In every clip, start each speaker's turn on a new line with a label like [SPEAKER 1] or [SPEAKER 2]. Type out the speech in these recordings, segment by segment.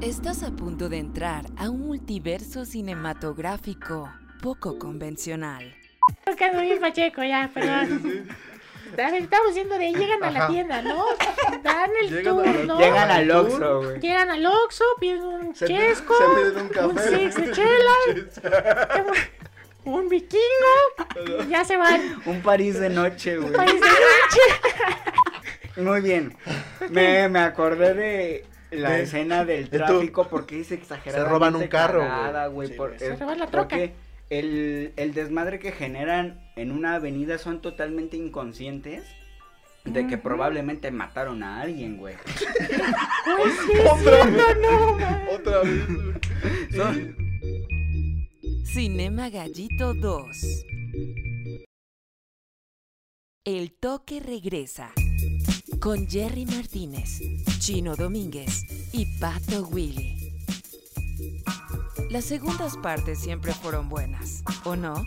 [SPEAKER 1] Estás a punto de entrar a un multiverso cinematográfico poco convencional.
[SPEAKER 2] Buscando bien Pacheco, ya, perdón. A ver, estamos diciendo de llegan a la
[SPEAKER 3] Ajá.
[SPEAKER 2] tienda, ¿no? Dan el
[SPEAKER 3] Llegan
[SPEAKER 2] tour,
[SPEAKER 3] a la-
[SPEAKER 2] ¿no?
[SPEAKER 4] Llegan al
[SPEAKER 3] ¿Tú?
[SPEAKER 4] Oxxo, güey.
[SPEAKER 2] Llegan al Oxxo, piden un
[SPEAKER 3] Se, pide-
[SPEAKER 2] chesco,
[SPEAKER 3] se piden un café.
[SPEAKER 2] un six de chela, un vikingo, y ya se van.
[SPEAKER 4] Un París de noche, güey.
[SPEAKER 2] País de noche.
[SPEAKER 4] Muy bien. Me, me acordé de la
[SPEAKER 3] De-
[SPEAKER 4] escena del
[SPEAKER 3] de tú.
[SPEAKER 4] tráfico porque es exagerada.
[SPEAKER 3] Se roban un carro, güey.
[SPEAKER 4] güey.
[SPEAKER 3] Sí,
[SPEAKER 4] por-
[SPEAKER 3] güey.
[SPEAKER 2] Se
[SPEAKER 4] eh,
[SPEAKER 2] roban la troca.
[SPEAKER 4] Porque el, el desmadre que generan en una avenida son totalmente inconscientes de que
[SPEAKER 2] Ujú.
[SPEAKER 4] probablemente mataron a alguien, güey.
[SPEAKER 2] Uy, sí, es cierto, no, man.
[SPEAKER 3] Otra vez. güey.
[SPEAKER 4] Son-
[SPEAKER 1] Cinema Gallito 2. El toque regresa. Con Jerry Martínez, Chino Domínguez y Pato Willy. Las segundas partes siempre fueron buenas, ¿o no?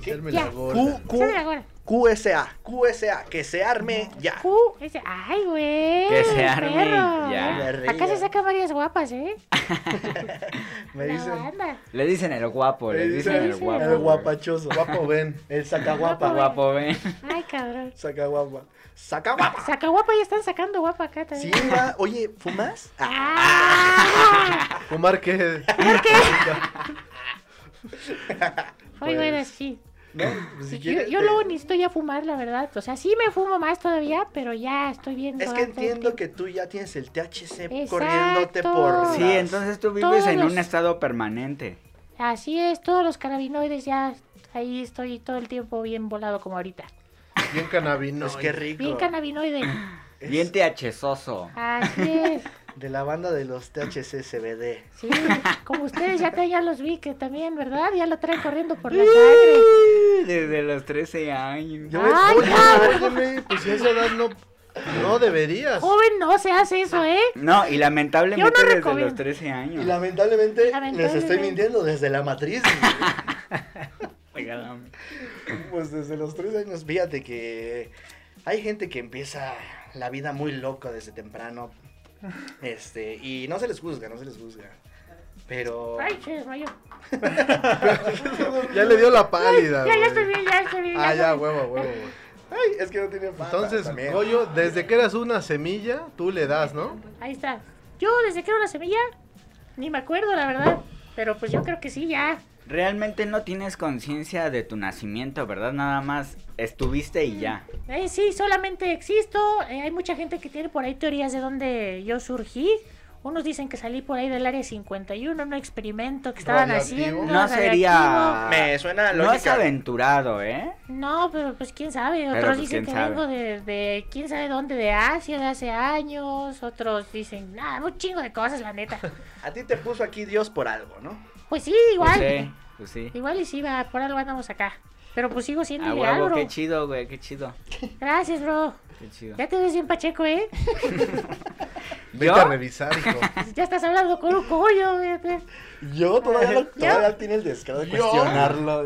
[SPEAKER 3] Hacerme
[SPEAKER 2] Ya.
[SPEAKER 3] la gorda.
[SPEAKER 5] Q, Q,
[SPEAKER 2] Sale ahora.
[SPEAKER 5] QSA, QSA, que se arme ya.
[SPEAKER 2] Q, ese, ay, güey.
[SPEAKER 4] Que se arme,
[SPEAKER 2] perro,
[SPEAKER 4] ya.
[SPEAKER 2] ¿eh? Acá se saca varias guapas, ¿eh?
[SPEAKER 5] Me
[SPEAKER 2] la
[SPEAKER 5] dicen.
[SPEAKER 2] banda.
[SPEAKER 4] Le dicen el guapo, le dicen el
[SPEAKER 2] dicen
[SPEAKER 4] guapo.
[SPEAKER 3] el
[SPEAKER 4] güey.
[SPEAKER 3] guapachoso. Guapo ven.
[SPEAKER 5] El sacaguapa.
[SPEAKER 4] Guapo, guapo, ven.
[SPEAKER 2] Ay, cabrón.
[SPEAKER 5] Sacaguapa. Sacaguapa.
[SPEAKER 2] Saca guapa, ya están sacando guapa acá
[SPEAKER 5] Sí,
[SPEAKER 2] también.
[SPEAKER 5] va. Oye, ¿fumas?
[SPEAKER 2] ¡Ah!
[SPEAKER 3] Fumar qué.
[SPEAKER 2] Ay, bueno, sí.
[SPEAKER 5] No, pues, si
[SPEAKER 2] yo,
[SPEAKER 5] quieres.
[SPEAKER 2] yo
[SPEAKER 5] te-
[SPEAKER 2] luego necesito ya fumar, la verdad. O sea, sí me fumo más todavía, pero ya estoy bien.
[SPEAKER 5] Es
[SPEAKER 2] todo
[SPEAKER 5] que
[SPEAKER 2] el
[SPEAKER 5] entiendo
[SPEAKER 2] tiempo.
[SPEAKER 5] que tú ya tienes el THC
[SPEAKER 2] Exacto.
[SPEAKER 5] corriéndote por.
[SPEAKER 4] Sí,
[SPEAKER 5] las-
[SPEAKER 4] entonces tú vives en
[SPEAKER 2] Todos.
[SPEAKER 4] un estado permanente.
[SPEAKER 2] Así es, todos los cannabinoides ya ahí estoy todo el tiempo bien volado como ahorita.
[SPEAKER 3] Bien cannabino.
[SPEAKER 5] Pues qué rico.
[SPEAKER 2] Bien cannabinoide.
[SPEAKER 5] Es
[SPEAKER 4] Bien THCoso.
[SPEAKER 2] Así es.
[SPEAKER 5] De la banda de los THC CBD.
[SPEAKER 2] Sí, como ustedes ya, te- ya los vi que también, ¿verdad? Ya lo traen corriendo por la sangre.
[SPEAKER 4] Desde los 13 años.
[SPEAKER 3] Yo me
[SPEAKER 2] Ay,
[SPEAKER 3] oye,
[SPEAKER 2] cabrón.
[SPEAKER 3] óyeme, pues si a esa edad no, no deberías.
[SPEAKER 5] Oh,
[SPEAKER 2] Joven, no se hace eso, ¿eh?
[SPEAKER 4] No, y lamentablemente
[SPEAKER 2] Yo no
[SPEAKER 4] desde
[SPEAKER 2] recomiendo.
[SPEAKER 4] los 13 años.
[SPEAKER 5] Y lamentablemente, les estoy
[SPEAKER 2] Lamentablemente.
[SPEAKER 5] mintiendo desde la matriz.
[SPEAKER 4] Regálame.
[SPEAKER 5] Pues desde los tres años, fíjate que hay gente que empieza la vida muy loca desde temprano. Este, y no se les juzga, no se les juzga. Pero.
[SPEAKER 2] Ay, che, desmayo.
[SPEAKER 3] Ya le dio la pálida.
[SPEAKER 2] Ya, ya
[SPEAKER 3] güey.
[SPEAKER 2] estoy bien, ya estoy bien.
[SPEAKER 3] Ah, ya,
[SPEAKER 2] estoy bien.
[SPEAKER 3] huevo, huevo. güey.
[SPEAKER 5] Ay, es que no tiene pata
[SPEAKER 3] Entonces,
[SPEAKER 5] también.
[SPEAKER 3] Goyo, desde que eras una semilla, tú le das, ¿no?
[SPEAKER 2] Ahí está. Yo desde que era una semilla, ni me acuerdo, la verdad. Pero pues yo creo que sí, ya.
[SPEAKER 4] Realmente no tienes conciencia de tu nacimiento, ¿verdad? Nada más estuviste y ya.
[SPEAKER 2] Eh, sí, solamente existo. Eh, hay mucha gente que tiene por ahí teorías de dónde yo surgí. Unos dicen que salí por ahí del área 51, un experimento que estaban
[SPEAKER 3] Radiactivo.
[SPEAKER 2] haciendo.
[SPEAKER 4] No sería...
[SPEAKER 5] Me suena
[SPEAKER 4] No es
[SPEAKER 5] lógica.
[SPEAKER 4] aventurado, ¿eh?
[SPEAKER 2] radiactivo. No, pero pues quién sabe.
[SPEAKER 4] Pero,
[SPEAKER 2] Otros
[SPEAKER 4] pues,
[SPEAKER 2] dicen que
[SPEAKER 4] quién sabe.
[SPEAKER 2] vengo de, de quién sabe dónde, de Asia, de hace años. Otros dicen, nada, un chingo de cosas, la neta.
[SPEAKER 5] A ti te puso aquí Dios por algo, ¿no?
[SPEAKER 2] Pues sí,
[SPEAKER 4] Pues
[SPEAKER 2] igual.
[SPEAKER 4] sí, pues sí.
[SPEAKER 2] Igual y sí, va, por algo andamos acá. Pero pues sigo siendo
[SPEAKER 4] A
[SPEAKER 2] ideal,
[SPEAKER 4] huevo,
[SPEAKER 2] bro.
[SPEAKER 4] qué chido, güey, qué chido.
[SPEAKER 2] Gracias, bro.
[SPEAKER 4] Qué chido.
[SPEAKER 2] Ya te ves bien pacheco, ¿eh?
[SPEAKER 3] Vete
[SPEAKER 4] ¿Yo?
[SPEAKER 3] a revisar, hijo.
[SPEAKER 2] Ya estás hablando con un collo, fíjate.
[SPEAKER 5] Yo todavía,
[SPEAKER 2] ¿Yo? todavía
[SPEAKER 5] tiene el descaro de cuestionarlo.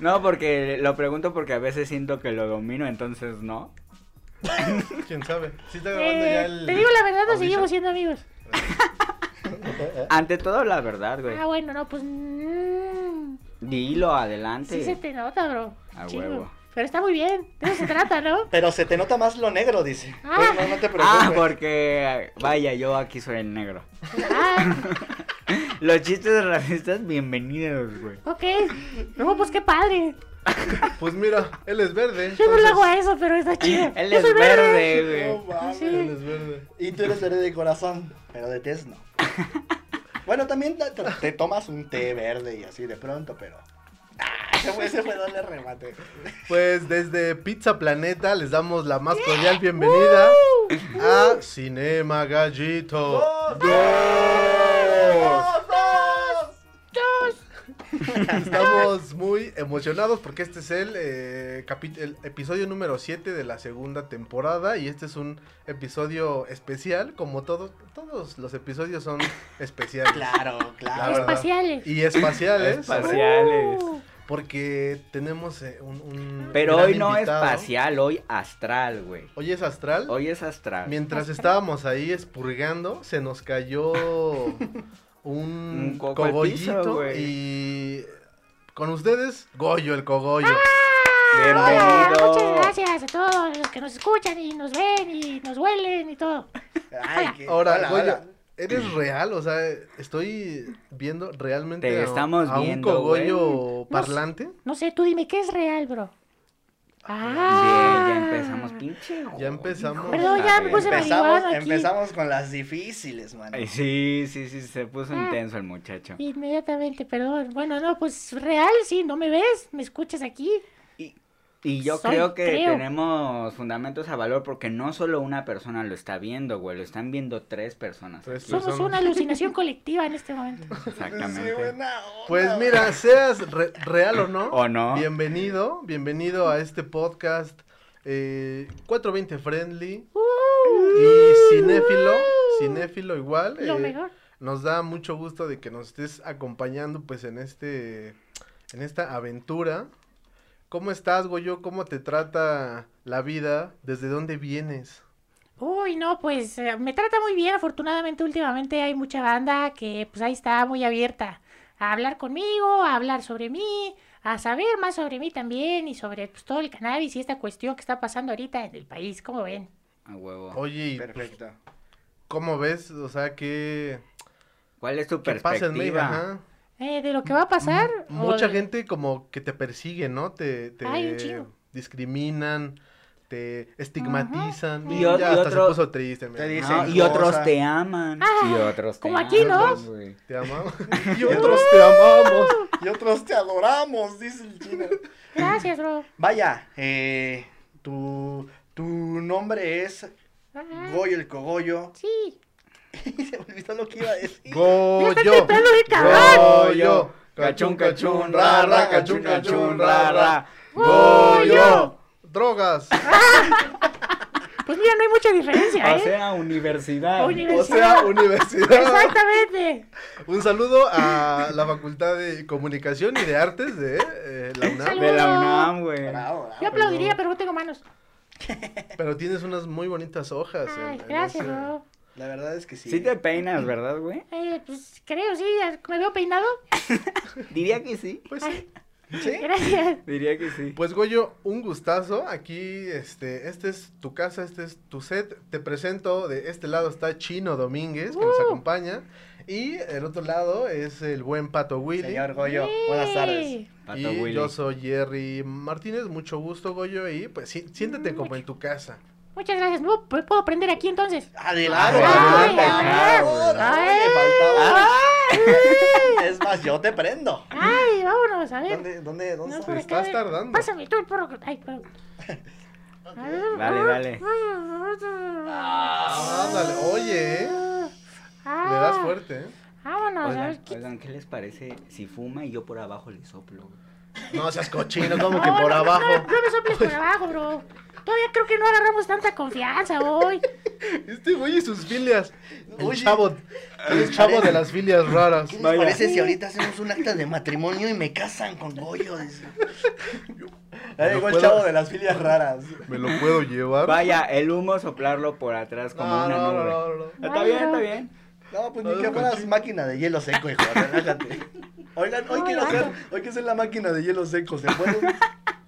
[SPEAKER 4] No, porque lo pregunto porque a veces siento que lo domino, entonces no.
[SPEAKER 3] ¿Quién sabe? Sí está grabando ya
[SPEAKER 2] Eh,
[SPEAKER 3] el...
[SPEAKER 2] Te digo la verdad, nos
[SPEAKER 3] Audition.
[SPEAKER 2] seguimos siendo amigos.
[SPEAKER 5] Eh.
[SPEAKER 4] Ante todo, la verdad, güey.
[SPEAKER 2] Ah, bueno, no, pues... mm,
[SPEAKER 4] Dilo, adelante.
[SPEAKER 2] sí. se te nota, bro.
[SPEAKER 4] A
[SPEAKER 2] Chingo.
[SPEAKER 4] huevo.
[SPEAKER 2] Pero está muy bien, de eso se trata, ¿no?
[SPEAKER 5] Pero se te nota más lo negro, dice.
[SPEAKER 2] Ah.
[SPEAKER 5] Pues no, no te preocupes.
[SPEAKER 4] Ah, porque vaya, yo aquí soy el negro.
[SPEAKER 2] Ah,
[SPEAKER 4] Los chistes racistas, bienvenidos, güey.
[SPEAKER 2] ok. No, pues qué padre.
[SPEAKER 3] Pues mira, él es verde.
[SPEAKER 2] Yo no
[SPEAKER 3] entonces-
[SPEAKER 2] le hago a eso, pero está chido.
[SPEAKER 4] Él
[SPEAKER 2] Yo soy
[SPEAKER 4] es verde,
[SPEAKER 5] No
[SPEAKER 4] güey.
[SPEAKER 5] mames.
[SPEAKER 2] Sí.
[SPEAKER 3] Él es verde.
[SPEAKER 5] Y tú eres verde de corazón, pero de test no. Bueno, también te, te- te tomas un té verde y así de pronto, pero. Ah, ese fue, ese fue darle remate.
[SPEAKER 3] Pues desde Pizza Planeta les damos la más cordial bienvenida a Cinema Gallito. Estamos muy emocionados porque este es el, eh, capi- el episodio número 7 de la segunda temporada y este es un episodio especial, como todo, todos los episodios son especiales.
[SPEAKER 5] Claro,
[SPEAKER 3] La
[SPEAKER 5] claro.
[SPEAKER 3] Ah, verdad.
[SPEAKER 2] Espaciales.
[SPEAKER 3] Y espaciales.
[SPEAKER 4] Espaciales.
[SPEAKER 2] Uh,
[SPEAKER 3] Porque tenemos eh, un, un
[SPEAKER 4] Pero
[SPEAKER 3] gran
[SPEAKER 4] hoy no
[SPEAKER 3] invitado.
[SPEAKER 4] espacial, hoy astral, güey.
[SPEAKER 3] Hoy es astral.
[SPEAKER 4] Hoy es astral.
[SPEAKER 3] Mientras estábamos ahí expurgando, se nos cayó un,
[SPEAKER 4] Un coco al piso,
[SPEAKER 3] cogollito
[SPEAKER 4] güey.
[SPEAKER 3] y con ustedes, Goyo, el cogollo.
[SPEAKER 2] Hola, muchas
[SPEAKER 4] Bienvenido.
[SPEAKER 2] gracias a todos los que nos escuchan y nos ven y nos huelen y todo.
[SPEAKER 5] Ay, qué-
[SPEAKER 3] Ahora,
[SPEAKER 5] hola,
[SPEAKER 3] Goyo,
[SPEAKER 5] hola.
[SPEAKER 3] ¿eres real? O sea, estoy viendo realmente
[SPEAKER 4] Te
[SPEAKER 3] a,
[SPEAKER 4] estamos
[SPEAKER 3] a
[SPEAKER 4] viendo,
[SPEAKER 3] un cogollo
[SPEAKER 2] sé.
[SPEAKER 3] parlante.
[SPEAKER 2] No sé, tú dime, ¿qué es real, bro?
[SPEAKER 4] Bien,
[SPEAKER 2] Ah,
[SPEAKER 4] ya empezamos, pinche.
[SPEAKER 3] Ya empezamos.
[SPEAKER 2] Perdón, ya Pues me puse
[SPEAKER 4] Empezamos.
[SPEAKER 5] Empezamos,
[SPEAKER 2] marihuana aquí.
[SPEAKER 5] empezamos con las difíciles, man.
[SPEAKER 4] Ay, Sí, sí, sí, se puso
[SPEAKER 2] Ah.
[SPEAKER 4] intenso el muchacho.
[SPEAKER 2] Inmediatamente, perdón. Bueno, no, pues real, sí, no me ves, me escuchas aquí.
[SPEAKER 4] Y, y yo
[SPEAKER 2] Soy-
[SPEAKER 4] creo que
[SPEAKER 2] creo.
[SPEAKER 4] tenemos fundamentos a valor porque no solo una persona lo está viendo, güey, lo están viendo tres personas.
[SPEAKER 3] Tres
[SPEAKER 2] Somos
[SPEAKER 3] personas.
[SPEAKER 2] una alucinación colectiva en este momento.
[SPEAKER 4] Exactamente.
[SPEAKER 3] Pues mira, seas re- real o no,
[SPEAKER 4] ¿O no?
[SPEAKER 3] bienvenido, bienvenido a este podcast eh, 420 Friendly
[SPEAKER 2] Uh.
[SPEAKER 3] y cinéfilo, cinéfilo igual.
[SPEAKER 2] Lo
[SPEAKER 3] eh,
[SPEAKER 2] mejor.
[SPEAKER 3] nos da mucho gusto de que nos estés acompañando pues en este, en esta aventura. ¿Cómo estás, Goyo? ¿Cómo te trata la vida? ¿Desde dónde vienes?
[SPEAKER 2] Uy, no, pues eh, me trata muy bien. Afortunadamente, últimamente hay mucha banda que, pues ahí está, muy abierta a hablar conmigo, a hablar sobre mí, a saber más sobre mí también y sobre pues, todo el cannabis y esta cuestión que está pasando ahorita en el país, como ven.
[SPEAKER 4] A huevo.
[SPEAKER 3] Oye, ¿y
[SPEAKER 5] Perfecto.
[SPEAKER 3] ¿cómo ves? O sea, ¿qué,
[SPEAKER 4] ¿Cuál es tu
[SPEAKER 3] qué pasa en México?
[SPEAKER 4] perspectiva?
[SPEAKER 3] Ajá.
[SPEAKER 2] Eh, de lo que va a pasar. o
[SPEAKER 3] Mm, Mucha
[SPEAKER 2] de-
[SPEAKER 3] gente como que te persigue, ¿no? Te, te
[SPEAKER 2] Ay, un chingo.
[SPEAKER 3] discriminan, te estigmatizan.
[SPEAKER 4] Ujú.
[SPEAKER 3] Y,
[SPEAKER 4] Y o- y
[SPEAKER 3] ya hasta
[SPEAKER 4] otro-
[SPEAKER 3] se puso triste. mira.
[SPEAKER 5] Te dice-
[SPEAKER 4] No,
[SPEAKER 5] Dicen
[SPEAKER 4] y otros
[SPEAKER 5] cosa.
[SPEAKER 4] te aman.
[SPEAKER 2] Ah,
[SPEAKER 4] y otros te
[SPEAKER 2] como aquí, ¿no?
[SPEAKER 4] aman, güey.
[SPEAKER 3] Te amamos.
[SPEAKER 5] Y otros te amamos. Y otros te adoramos, dice el chino.
[SPEAKER 2] Gracias, bro.
[SPEAKER 5] Vaya, eh, tu, tu nombre es
[SPEAKER 2] Ajá.
[SPEAKER 5] Goyo el
[SPEAKER 2] Ah,
[SPEAKER 5] Cogollo.
[SPEAKER 2] Sí.
[SPEAKER 5] Y se me olvidó lo que iba a decir.
[SPEAKER 3] Goyo.
[SPEAKER 2] Déjate el pelo de cabrón.
[SPEAKER 3] Goyo.
[SPEAKER 4] Cachun, cachun, ra, ra, cachun, cachun, ra, ra. Goyo.
[SPEAKER 3] Goyo. Drogas.
[SPEAKER 2] Pues mira, no hay mucha diferencia,
[SPEAKER 4] O
[SPEAKER 2] ¿eh?
[SPEAKER 4] sea, universidad.
[SPEAKER 3] Ah, O
[SPEAKER 2] Universidad.
[SPEAKER 3] sea, universidad.
[SPEAKER 2] Exactamente.
[SPEAKER 3] Un saludo a la Facultad de Comunicación y de Artes de eh, la UNAM.
[SPEAKER 2] Salud.
[SPEAKER 4] De la UNAM, güey.
[SPEAKER 5] Bravo,
[SPEAKER 2] Yo
[SPEAKER 5] bravo.
[SPEAKER 2] aplaudiría, pero no tengo manos.
[SPEAKER 3] Pero tienes unas muy bonitas hojas. en-
[SPEAKER 2] Ay,
[SPEAKER 3] en
[SPEAKER 2] gracias,
[SPEAKER 3] ese-
[SPEAKER 2] bro.
[SPEAKER 5] La verdad es que sí.
[SPEAKER 4] Sí te peinas, ¿verdad, güey?
[SPEAKER 2] Eh, pues creo, sí, me veo peinado.
[SPEAKER 4] Diría que sí.
[SPEAKER 3] Pues sí.
[SPEAKER 2] Ay,
[SPEAKER 5] ¿Sí?
[SPEAKER 2] Gracias.
[SPEAKER 4] Diría que sí.
[SPEAKER 3] Pues Goyo, un gustazo. Aquí, este, este es tu casa, este es tu set. Te presento, de este lado está Chino Domínguez, que nos
[SPEAKER 2] Uh.
[SPEAKER 3] acompaña. Y el otro lado es el buen Pato Willy.
[SPEAKER 5] Señor Goyo,
[SPEAKER 2] Sí.
[SPEAKER 5] buenas tardes.
[SPEAKER 4] Pato
[SPEAKER 3] y
[SPEAKER 4] Willy.
[SPEAKER 3] yo soy Jerry Martínez, mucho gusto Goyo y pues sí, siéntate como en tu casa.
[SPEAKER 2] Muchas gracias. ¿No p- puedo prender aquí entonces?
[SPEAKER 5] Adelante,
[SPEAKER 2] Ay,
[SPEAKER 5] adelante,
[SPEAKER 2] ay,
[SPEAKER 5] por favor.
[SPEAKER 2] ay.
[SPEAKER 5] Oye, faltaba. Es más, yo te prendo.
[SPEAKER 2] Ay, vámonos, a ver.
[SPEAKER 5] ¿Dónde, dónde, dónde
[SPEAKER 2] No,
[SPEAKER 5] está?
[SPEAKER 2] por
[SPEAKER 3] Te
[SPEAKER 2] acá,
[SPEAKER 3] estás
[SPEAKER 2] a ver.
[SPEAKER 3] tardando.
[SPEAKER 2] Pásame tú el porro. Ay, perdón.
[SPEAKER 4] Dale, dale.
[SPEAKER 3] Ah, ándale, oye, ¿eh?
[SPEAKER 2] Ah.
[SPEAKER 3] Le das fuerte, ¿eh?
[SPEAKER 2] Vámonos, a ver
[SPEAKER 4] Oigan,
[SPEAKER 2] qué-
[SPEAKER 4] oigan, ¿qué les parece si fuma y yo por abajo le soplo? güey?
[SPEAKER 3] No seas cochino, como que
[SPEAKER 2] No,
[SPEAKER 3] por
[SPEAKER 2] no,
[SPEAKER 3] abajo.
[SPEAKER 2] No, no me soples por abajo, bro. Todavía creo que no agarramos tanta confianza hoy.
[SPEAKER 3] Este güey y sus filias. El
[SPEAKER 5] Oye.
[SPEAKER 3] chavo, el chavo de las filias raras.
[SPEAKER 5] ¿Qué les
[SPEAKER 4] Vaya.
[SPEAKER 5] parece si ahorita hacemos un acta de matrimonio y me casan con Goyo? Dice. Ya llegó el
[SPEAKER 3] puedo-
[SPEAKER 5] chavo de las filias raras.
[SPEAKER 3] Me lo puedo llevar.
[SPEAKER 4] Vaya, el humo soplarlo por atrás como
[SPEAKER 3] No,
[SPEAKER 4] una
[SPEAKER 3] no, no,
[SPEAKER 4] nube.
[SPEAKER 3] no, no, no.
[SPEAKER 4] Está bien, está bien.
[SPEAKER 5] No, pues
[SPEAKER 3] No,
[SPEAKER 5] ni que
[SPEAKER 3] no,
[SPEAKER 5] fueras
[SPEAKER 3] cochino.
[SPEAKER 5] máquina de hielo seco, hijo, relájate. Oigan, hoy
[SPEAKER 2] Ay,
[SPEAKER 5] quiero
[SPEAKER 2] vato.
[SPEAKER 5] hacer, hoy quiero hacer la máquina de hielo seco, ¿se puede?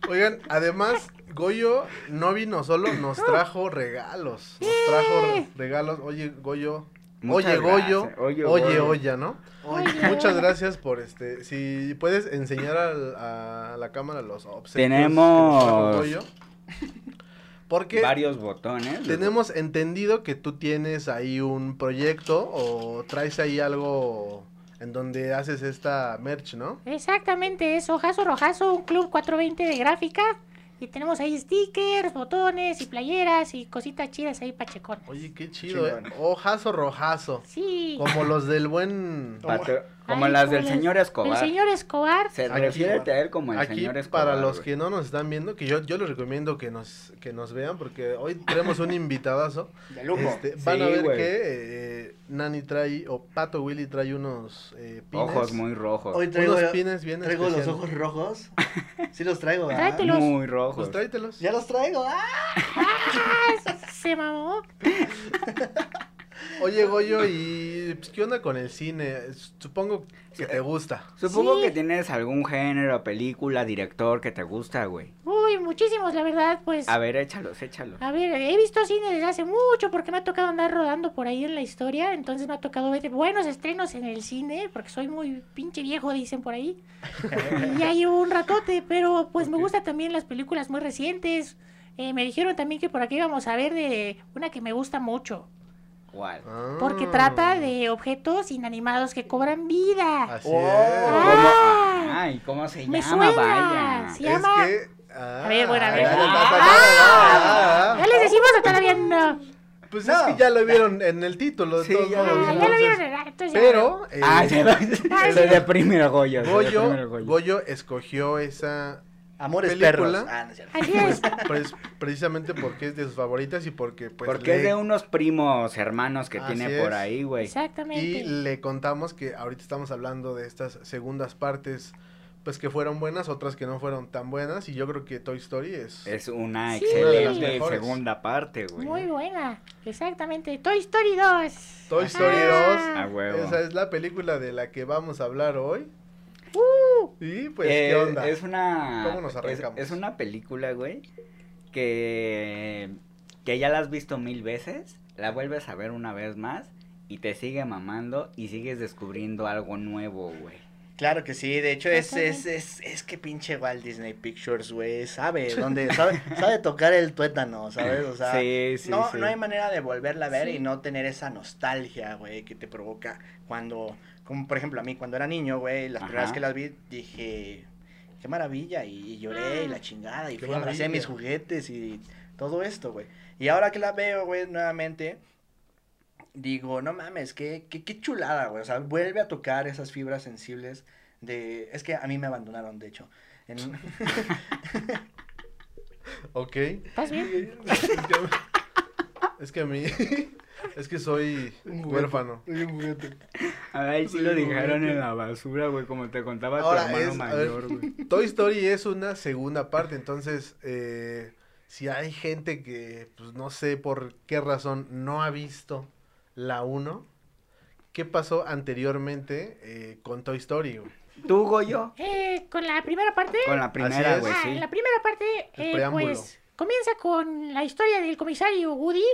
[SPEAKER 3] Oigan, además, Goyo no vino solo, nos trajo regalos. Nos trajo re- regalos. Oye, Goyo.
[SPEAKER 4] Muchas
[SPEAKER 3] Oye, Goyo.
[SPEAKER 4] gracias. Oye,
[SPEAKER 3] Oye,
[SPEAKER 4] Goyo.
[SPEAKER 3] olla, ¿no?
[SPEAKER 2] Oye.
[SPEAKER 3] Muchas gracias por este. Si puedes enseñar al- a la cámara los obsequios. que nos
[SPEAKER 4] Tenemos-
[SPEAKER 3] trajo Goyo. Porque
[SPEAKER 4] Varios botones.
[SPEAKER 3] tenemos entendido que tú tienes ahí un proyecto o traes ahí algo en donde haces esta merch, ¿no?
[SPEAKER 2] Exactamente, es Ojazo Rojazo, un club 420 de gráfica. Y tenemos ahí stickers, botones y playeras y cositas chidas ahí pachecón.
[SPEAKER 3] Oye, qué chido, ¿eh?
[SPEAKER 5] Chingón.
[SPEAKER 3] Ojazo rojazo.
[SPEAKER 2] Sí.
[SPEAKER 3] Como los del buen.
[SPEAKER 4] Pato- como
[SPEAKER 2] Ay,
[SPEAKER 4] las del
[SPEAKER 2] las-
[SPEAKER 4] señor Escobar.
[SPEAKER 2] El señor Escobar.
[SPEAKER 4] Se
[SPEAKER 3] Aquí-
[SPEAKER 4] refiere a él como el
[SPEAKER 3] Aquí,
[SPEAKER 4] señor Escobar.
[SPEAKER 3] para los
[SPEAKER 4] güey.
[SPEAKER 3] que no nos están viendo, que yo, yo les recomiendo que nos, que nos vean, porque hoy tenemos un invitadazo.
[SPEAKER 5] De lujo.
[SPEAKER 3] Este, van
[SPEAKER 4] Sí,
[SPEAKER 3] a ver
[SPEAKER 4] güey.
[SPEAKER 3] que eh, Nani trae, o Pato Willy trae unos eh, pines.
[SPEAKER 4] Ojos muy rojos.
[SPEAKER 5] Hoy traigo,
[SPEAKER 3] unos pines bien
[SPEAKER 5] traigo los
[SPEAKER 3] especiales.
[SPEAKER 5] ojos rojos. Sí los traigo, ¿verdad?
[SPEAKER 2] Tráetelos.
[SPEAKER 4] Muy rojos.
[SPEAKER 3] Pues tráetelos.
[SPEAKER 5] Ya los traigo. ¡ah!
[SPEAKER 2] Se mamó.
[SPEAKER 3] Oye, Goyo, ¿y pues, qué onda con el cine? Supongo que te gusta.
[SPEAKER 4] Supongo
[SPEAKER 2] Sí.
[SPEAKER 4] que tienes algún género, película, director que te gusta, güey.
[SPEAKER 2] Uy, muchísimos, la verdad, pues.
[SPEAKER 4] A ver, échalos, échalos.
[SPEAKER 2] A ver, he visto cine desde hace mucho porque me ha tocado andar rodando por ahí en la historia, entonces me ha tocado ver buenos estrenos en el cine, porque soy muy pinche viejo, dicen por ahí. y ya llevo un ratote, pero pues me
[SPEAKER 4] Ok.
[SPEAKER 2] gustan también las películas muy recientes. Eh, me dijeron también que por aquí íbamos a ver de una que me gusta mucho,
[SPEAKER 4] ¿Cuál?
[SPEAKER 3] Ah.
[SPEAKER 2] porque trata de objetos inanimados que cobran vida.
[SPEAKER 3] Ah, Así
[SPEAKER 5] Oh.
[SPEAKER 3] es.
[SPEAKER 4] ¿Cómo?
[SPEAKER 2] Ah.
[SPEAKER 4] Ay, ¿cómo se
[SPEAKER 2] Me
[SPEAKER 4] llama?
[SPEAKER 2] suena.
[SPEAKER 4] Vaya.
[SPEAKER 2] Se llama-
[SPEAKER 3] Es que... ah,
[SPEAKER 2] A ver, bueno, a ver. Ah,
[SPEAKER 3] ya, ya, ya, ya, ya,
[SPEAKER 2] ¿Ya
[SPEAKER 3] ya.
[SPEAKER 2] les decimos o todavía no?
[SPEAKER 3] Pues
[SPEAKER 5] No.
[SPEAKER 3] es que ya lo vieron en el título. de
[SPEAKER 4] Sí,
[SPEAKER 3] todos
[SPEAKER 4] ya lo
[SPEAKER 3] modos,
[SPEAKER 2] Ah, ya lo
[SPEAKER 3] entonces-
[SPEAKER 2] vieron. ah, entonces ya.
[SPEAKER 3] Pero... eh,
[SPEAKER 4] Ay, Ah, se, va-
[SPEAKER 2] Ay,
[SPEAKER 4] se
[SPEAKER 2] sí.
[SPEAKER 4] deprime el Goyo. se deprime el
[SPEAKER 3] Goyo,
[SPEAKER 4] Goyo.
[SPEAKER 3] Goyo escogió esa
[SPEAKER 5] Amores
[SPEAKER 3] Película.
[SPEAKER 5] perros. Ah, no es cierto.
[SPEAKER 2] Así
[SPEAKER 3] pues,
[SPEAKER 2] es.
[SPEAKER 3] pues, precisamente porque es de sus favoritas y porque pues
[SPEAKER 4] Porque
[SPEAKER 3] le-
[SPEAKER 4] es de unos primos hermanos que
[SPEAKER 3] Así
[SPEAKER 4] tiene por
[SPEAKER 3] es.
[SPEAKER 4] ahí, güey.
[SPEAKER 2] Exactamente.
[SPEAKER 3] y le contamos que ahorita estamos hablando de estas segundas partes pues que fueron buenas, otras que no fueron tan buenas y yo creo que Toy Story es,
[SPEAKER 4] Es una
[SPEAKER 2] Sí. Una de
[SPEAKER 3] las
[SPEAKER 4] excelente
[SPEAKER 3] mejores.
[SPEAKER 4] segunda parte, güey.
[SPEAKER 2] Muy buena, exactamente. Toy Story 2.
[SPEAKER 3] Toy Story
[SPEAKER 4] A
[SPEAKER 2] Ah.
[SPEAKER 4] huevo.
[SPEAKER 3] esa es la película de la que vamos a hablar hoy.
[SPEAKER 2] Uh.
[SPEAKER 3] Y pues
[SPEAKER 4] Eh,
[SPEAKER 3] qué onda.
[SPEAKER 4] Es una.
[SPEAKER 3] ¿Cómo nos
[SPEAKER 4] es-
[SPEAKER 3] arrancamos?
[SPEAKER 4] Es, una película, güey, que. que ya la has visto mil veces, la vuelves a ver una vez más y te sigue mamando y sigues descubriendo algo nuevo, güey.
[SPEAKER 5] Claro que sí, de hecho es, es, es, es que pinche Walt Disney Pictures, güey, sabe dónde, sabe, sabe tocar el tuétano, ¿sabes? O sea,
[SPEAKER 4] sí, sí,
[SPEAKER 5] no,
[SPEAKER 4] sí.
[SPEAKER 5] no hay manera de volverla a ver
[SPEAKER 2] Sí.
[SPEAKER 5] y no tener esa nostalgia, güey, que te provoca cuando, como por ejemplo a mí cuando era niño, güey, las
[SPEAKER 4] Ajá.
[SPEAKER 5] primeras que las vi dije, qué maravilla, y, y
[SPEAKER 2] Ah.
[SPEAKER 5] lloré y la chingada, y
[SPEAKER 3] Qué
[SPEAKER 5] fui a abracé mis
[SPEAKER 3] maravilla.
[SPEAKER 5] juguetes y todo esto, güey. Y ahora que la veo, güey, nuevamente, digo, no mames, qué, qué, qué chulada, güey, o sea, vuelve a tocar esas fibras sensibles de, es que a mí me abandonaron, de hecho. En-
[SPEAKER 3] Ok.
[SPEAKER 2] ¿Estás bien?
[SPEAKER 3] es que a mí es que soy huérfano.
[SPEAKER 4] Ay, sí
[SPEAKER 3] Sí,
[SPEAKER 4] lo
[SPEAKER 3] güey.
[SPEAKER 4] dejaron en la basura, güey, como te contaba
[SPEAKER 3] Ahora
[SPEAKER 4] tu hermano
[SPEAKER 3] es- a ver.
[SPEAKER 4] mayor, güey.
[SPEAKER 3] Toy Story es una segunda parte, entonces eh, si hay gente que pues no sé por qué razón no ha visto la 1, ¿qué pasó anteriormente eh, con Toy Story? güey?
[SPEAKER 4] ¿Tú, Goyo?
[SPEAKER 2] Eh, con la primera parte.
[SPEAKER 4] Con la primera,
[SPEAKER 3] es.
[SPEAKER 4] güey,
[SPEAKER 2] Ah,
[SPEAKER 4] Pues sí.
[SPEAKER 2] La primera parte, eh,
[SPEAKER 3] preámbulo.
[SPEAKER 2] pues, comienza con la historia del comisario Woody,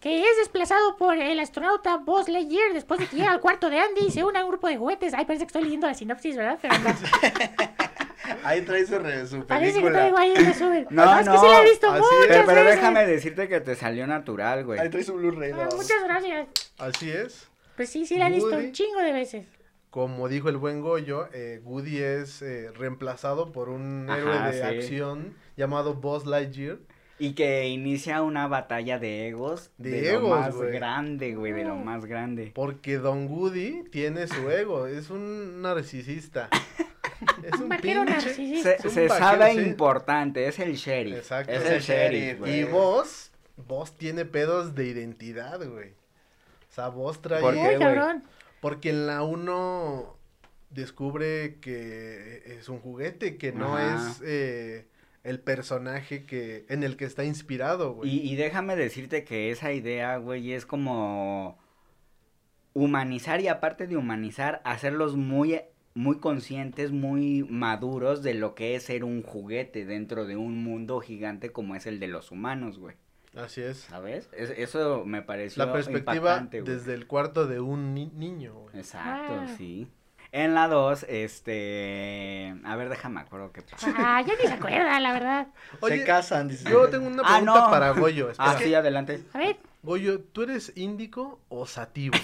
[SPEAKER 2] que es desplazado por el astronauta Buzz Lightyear después de que llega al cuarto de Andy y se une a un grupo de juguetes. Ay, parece que estoy leyendo la sinopsis, ¿verdad? Pero no.
[SPEAKER 5] Ahí trae su, re- su
[SPEAKER 2] parece que
[SPEAKER 5] película.
[SPEAKER 2] traigo ahí el resumen.
[SPEAKER 4] No,
[SPEAKER 2] es que
[SPEAKER 4] no,
[SPEAKER 2] sí la he visto
[SPEAKER 3] así
[SPEAKER 2] muchas
[SPEAKER 3] es.
[SPEAKER 4] Pero, pero
[SPEAKER 2] veces.
[SPEAKER 4] déjame decirte que te salió natural, güey.
[SPEAKER 5] Ahí trae su Blu-ray.
[SPEAKER 2] Ah,
[SPEAKER 5] ¿no?
[SPEAKER 2] muchas gracias.
[SPEAKER 3] Así es.
[SPEAKER 2] Pues sí, sí la he visto
[SPEAKER 3] Woody.
[SPEAKER 2] un chingo de veces.
[SPEAKER 3] Como dijo el buen Goyo, eh, Woody es eh, reemplazado por un
[SPEAKER 4] Ajá,
[SPEAKER 3] héroe de
[SPEAKER 4] sí.
[SPEAKER 3] acción llamado Buzz Lightyear.
[SPEAKER 4] Y que inicia una batalla de egos
[SPEAKER 3] De
[SPEAKER 4] de,
[SPEAKER 3] egos,
[SPEAKER 4] lo más
[SPEAKER 3] güey.
[SPEAKER 4] grande, güey, de lo
[SPEAKER 3] Mm.
[SPEAKER 4] más grande.
[SPEAKER 3] Porque Don Woody tiene su ego, es un narcisista. Es
[SPEAKER 2] Un
[SPEAKER 3] un
[SPEAKER 2] vaquero
[SPEAKER 3] pinche.
[SPEAKER 2] narcisista.
[SPEAKER 4] Se,
[SPEAKER 3] Es un
[SPEAKER 4] se
[SPEAKER 3] vaquero,
[SPEAKER 4] sabe
[SPEAKER 3] sí.
[SPEAKER 4] importante, es el sheriff.
[SPEAKER 3] Exacto.
[SPEAKER 4] Es, el sheriff, güey.
[SPEAKER 3] Y vos, vos tiene pedos de identidad, güey. O sea, vos trae.
[SPEAKER 4] ¿Por qué?
[SPEAKER 2] Muy
[SPEAKER 4] güey?
[SPEAKER 2] cabrón.
[SPEAKER 3] Porque en la 1 descubre que es un juguete, que no
[SPEAKER 4] Ajá.
[SPEAKER 3] es eh, el personaje que en el que está inspirado, güey.
[SPEAKER 4] Y, y déjame decirte que esa idea, güey, es como humanizar y aparte de humanizar, hacerlos muy, muy conscientes, muy maduros de lo que es ser un juguete dentro de un mundo gigante como es el de los humanos, güey.
[SPEAKER 3] Así es.
[SPEAKER 4] ¿Sabes? Es- eso me pareció
[SPEAKER 3] La perspectiva
[SPEAKER 4] Ah, impactante, güey.
[SPEAKER 3] desde el cuarto de un ni- niño, güey.
[SPEAKER 4] Exacto,
[SPEAKER 2] Ah.
[SPEAKER 4] sí. En la 2, este... A ver, déjame acuerdo qué pasa.
[SPEAKER 2] Ah, ya ni se acuerda, la verdad.
[SPEAKER 3] Oye,
[SPEAKER 5] Se casan, dice.
[SPEAKER 3] yo tengo una
[SPEAKER 4] Ah,
[SPEAKER 3] pregunta
[SPEAKER 4] no.
[SPEAKER 3] para Goyo. espera.
[SPEAKER 4] Ah, sí, adelante.
[SPEAKER 2] A ver,
[SPEAKER 3] Goyo, ¿tú eres índico o sativo?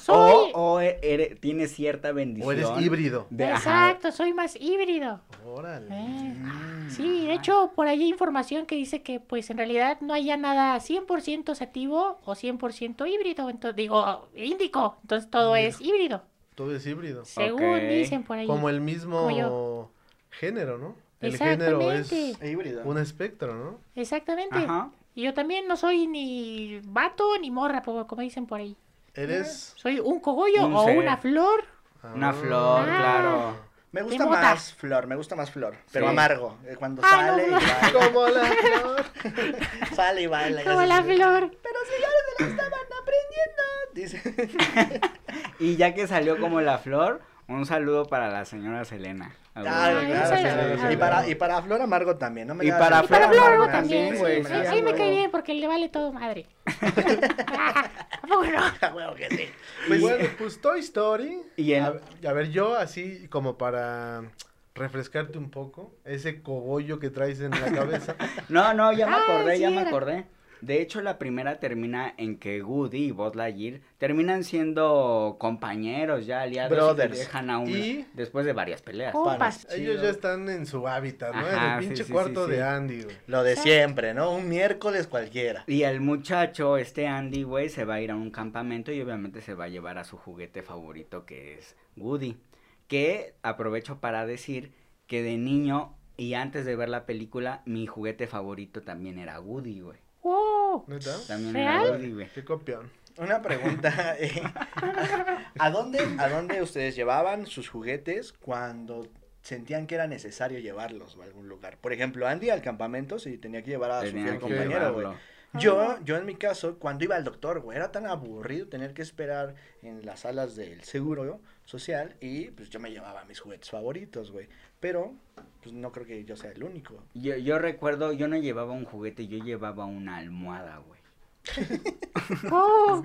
[SPEAKER 2] soy.
[SPEAKER 4] O, o e- ere- tiene cierta bendición.
[SPEAKER 3] ¿O eres híbrido?
[SPEAKER 4] de- ajá.
[SPEAKER 2] Exacto, soy más híbrido.
[SPEAKER 3] Órale.
[SPEAKER 2] Eh,
[SPEAKER 5] Mm.
[SPEAKER 2] Sí, de hecho, por ahí hay información que dice que, pues, en realidad no haya nada 100% sativo o 100% híbrido. Entonces, digo, índico. Entonces, todo es híbrido.
[SPEAKER 3] Todo es híbrido.
[SPEAKER 2] Según
[SPEAKER 4] Ok.
[SPEAKER 2] dicen por ahí.
[SPEAKER 3] Como el
[SPEAKER 2] Como
[SPEAKER 3] mismo género, ¿no? El género
[SPEAKER 2] Exactamente.
[SPEAKER 3] es
[SPEAKER 5] E híbrido.
[SPEAKER 3] un espectro, ¿no?
[SPEAKER 2] Exactamente.
[SPEAKER 4] Ajá.
[SPEAKER 2] Y yo también no soy ni vato ni morra, como como dicen por ahí.
[SPEAKER 3] Eres.
[SPEAKER 2] ¿Soy un cogollo
[SPEAKER 4] Un
[SPEAKER 2] o
[SPEAKER 4] ser.
[SPEAKER 2] una flor?
[SPEAKER 4] Una
[SPEAKER 3] Ah.
[SPEAKER 4] flor,
[SPEAKER 2] Ah.
[SPEAKER 4] claro.
[SPEAKER 5] Me gusta
[SPEAKER 2] mota.
[SPEAKER 5] más flor, me gusta más flor, pero
[SPEAKER 4] Sí.
[SPEAKER 5] amargo. eh, Cuando
[SPEAKER 2] Ah,
[SPEAKER 5] sale,
[SPEAKER 2] no,
[SPEAKER 5] y baila,
[SPEAKER 3] Como la flor.
[SPEAKER 5] sale y baila. y
[SPEAKER 2] Como
[SPEAKER 5] hace
[SPEAKER 2] la
[SPEAKER 5] así.
[SPEAKER 2] flor.
[SPEAKER 5] Pero señores de la estaban aprendiendo. Dice.
[SPEAKER 4] Y ya que salió como la flor, un saludo para la señora Selena. A
[SPEAKER 5] Ay,
[SPEAKER 4] huevo.
[SPEAKER 2] Ay,
[SPEAKER 5] Ah, claro,
[SPEAKER 2] esa-
[SPEAKER 5] claro,
[SPEAKER 2] esa-
[SPEAKER 5] claro. Y para, y para Flor Amargo también, ¿no? Me
[SPEAKER 4] Y
[SPEAKER 5] digas
[SPEAKER 4] para
[SPEAKER 5] que-
[SPEAKER 2] Y para
[SPEAKER 4] Flor
[SPEAKER 2] Flor
[SPEAKER 4] Amargo
[SPEAKER 2] algo
[SPEAKER 4] también,
[SPEAKER 2] también.
[SPEAKER 4] güey,
[SPEAKER 2] sí,
[SPEAKER 4] sí,
[SPEAKER 2] sí, me cae
[SPEAKER 5] Amargo.
[SPEAKER 2] bien porque le vale todo madre. Ah, ¿A poco no?
[SPEAKER 5] A Ah, huevo que sí. Pues,
[SPEAKER 3] Pues, bueno, pues Toy Story.
[SPEAKER 4] Y en-
[SPEAKER 3] a, ver- a ver, yo así como para refrescarte un poco, ese cogollo que traes en la cabeza.
[SPEAKER 4] No, no, ya me
[SPEAKER 2] Ah,
[SPEAKER 4] acordé, ya
[SPEAKER 2] sí,
[SPEAKER 4] me
[SPEAKER 2] era.
[SPEAKER 4] acordé. De hecho, la primera termina en que Woody y Buzz Lightyear terminan siendo compañeros ya aliados y
[SPEAKER 5] Brothers.
[SPEAKER 4] dejan a uno
[SPEAKER 3] Y-
[SPEAKER 4] después de varias peleas.
[SPEAKER 2] Oh.
[SPEAKER 5] panas.
[SPEAKER 3] Ellos ya están en su hábitat, ¿no? en
[SPEAKER 4] Ajá,
[SPEAKER 3] el
[SPEAKER 4] sí,
[SPEAKER 3] pinche
[SPEAKER 4] sí,
[SPEAKER 3] cuarto
[SPEAKER 4] sí, sí.
[SPEAKER 3] de Andy, güey.
[SPEAKER 5] Lo de siempre, ¿no? Un miércoles cualquiera.
[SPEAKER 4] Y el muchacho, este Andy, güey, se va a ir a un campamento y obviamente se va a llevar a su juguete favorito que es Woody. Que aprovecho para decir que de niño y antes de ver la película, mi juguete favorito también era Woody, güey.
[SPEAKER 2] Wow.
[SPEAKER 3] ¿Neta?
[SPEAKER 4] También
[SPEAKER 2] ¿Real?
[SPEAKER 4] era Woody, güey.
[SPEAKER 3] Qué copión.
[SPEAKER 5] Una pregunta. eh, ¿A dónde, ¿A dónde ustedes llevaban sus juguetes cuando sentían que era necesario llevarlos a algún lugar? Por ejemplo, Andy al campamento sí tenía que llevar a su
[SPEAKER 4] Tenía
[SPEAKER 5] fiel
[SPEAKER 4] que
[SPEAKER 5] Ah, compañero, güey.
[SPEAKER 4] llevarlo.
[SPEAKER 5] Yo, yo en mi caso, cuando iba al doctor, güey, era tan aburrido tener que esperar en las salas del seguro social y pues yo me llevaba mis juguetes favoritos, güey. Pero, pues no creo que yo sea el único.
[SPEAKER 4] Yo, yo recuerdo, yo no llevaba un juguete, yo llevaba una almohada, güey.
[SPEAKER 2] Oh,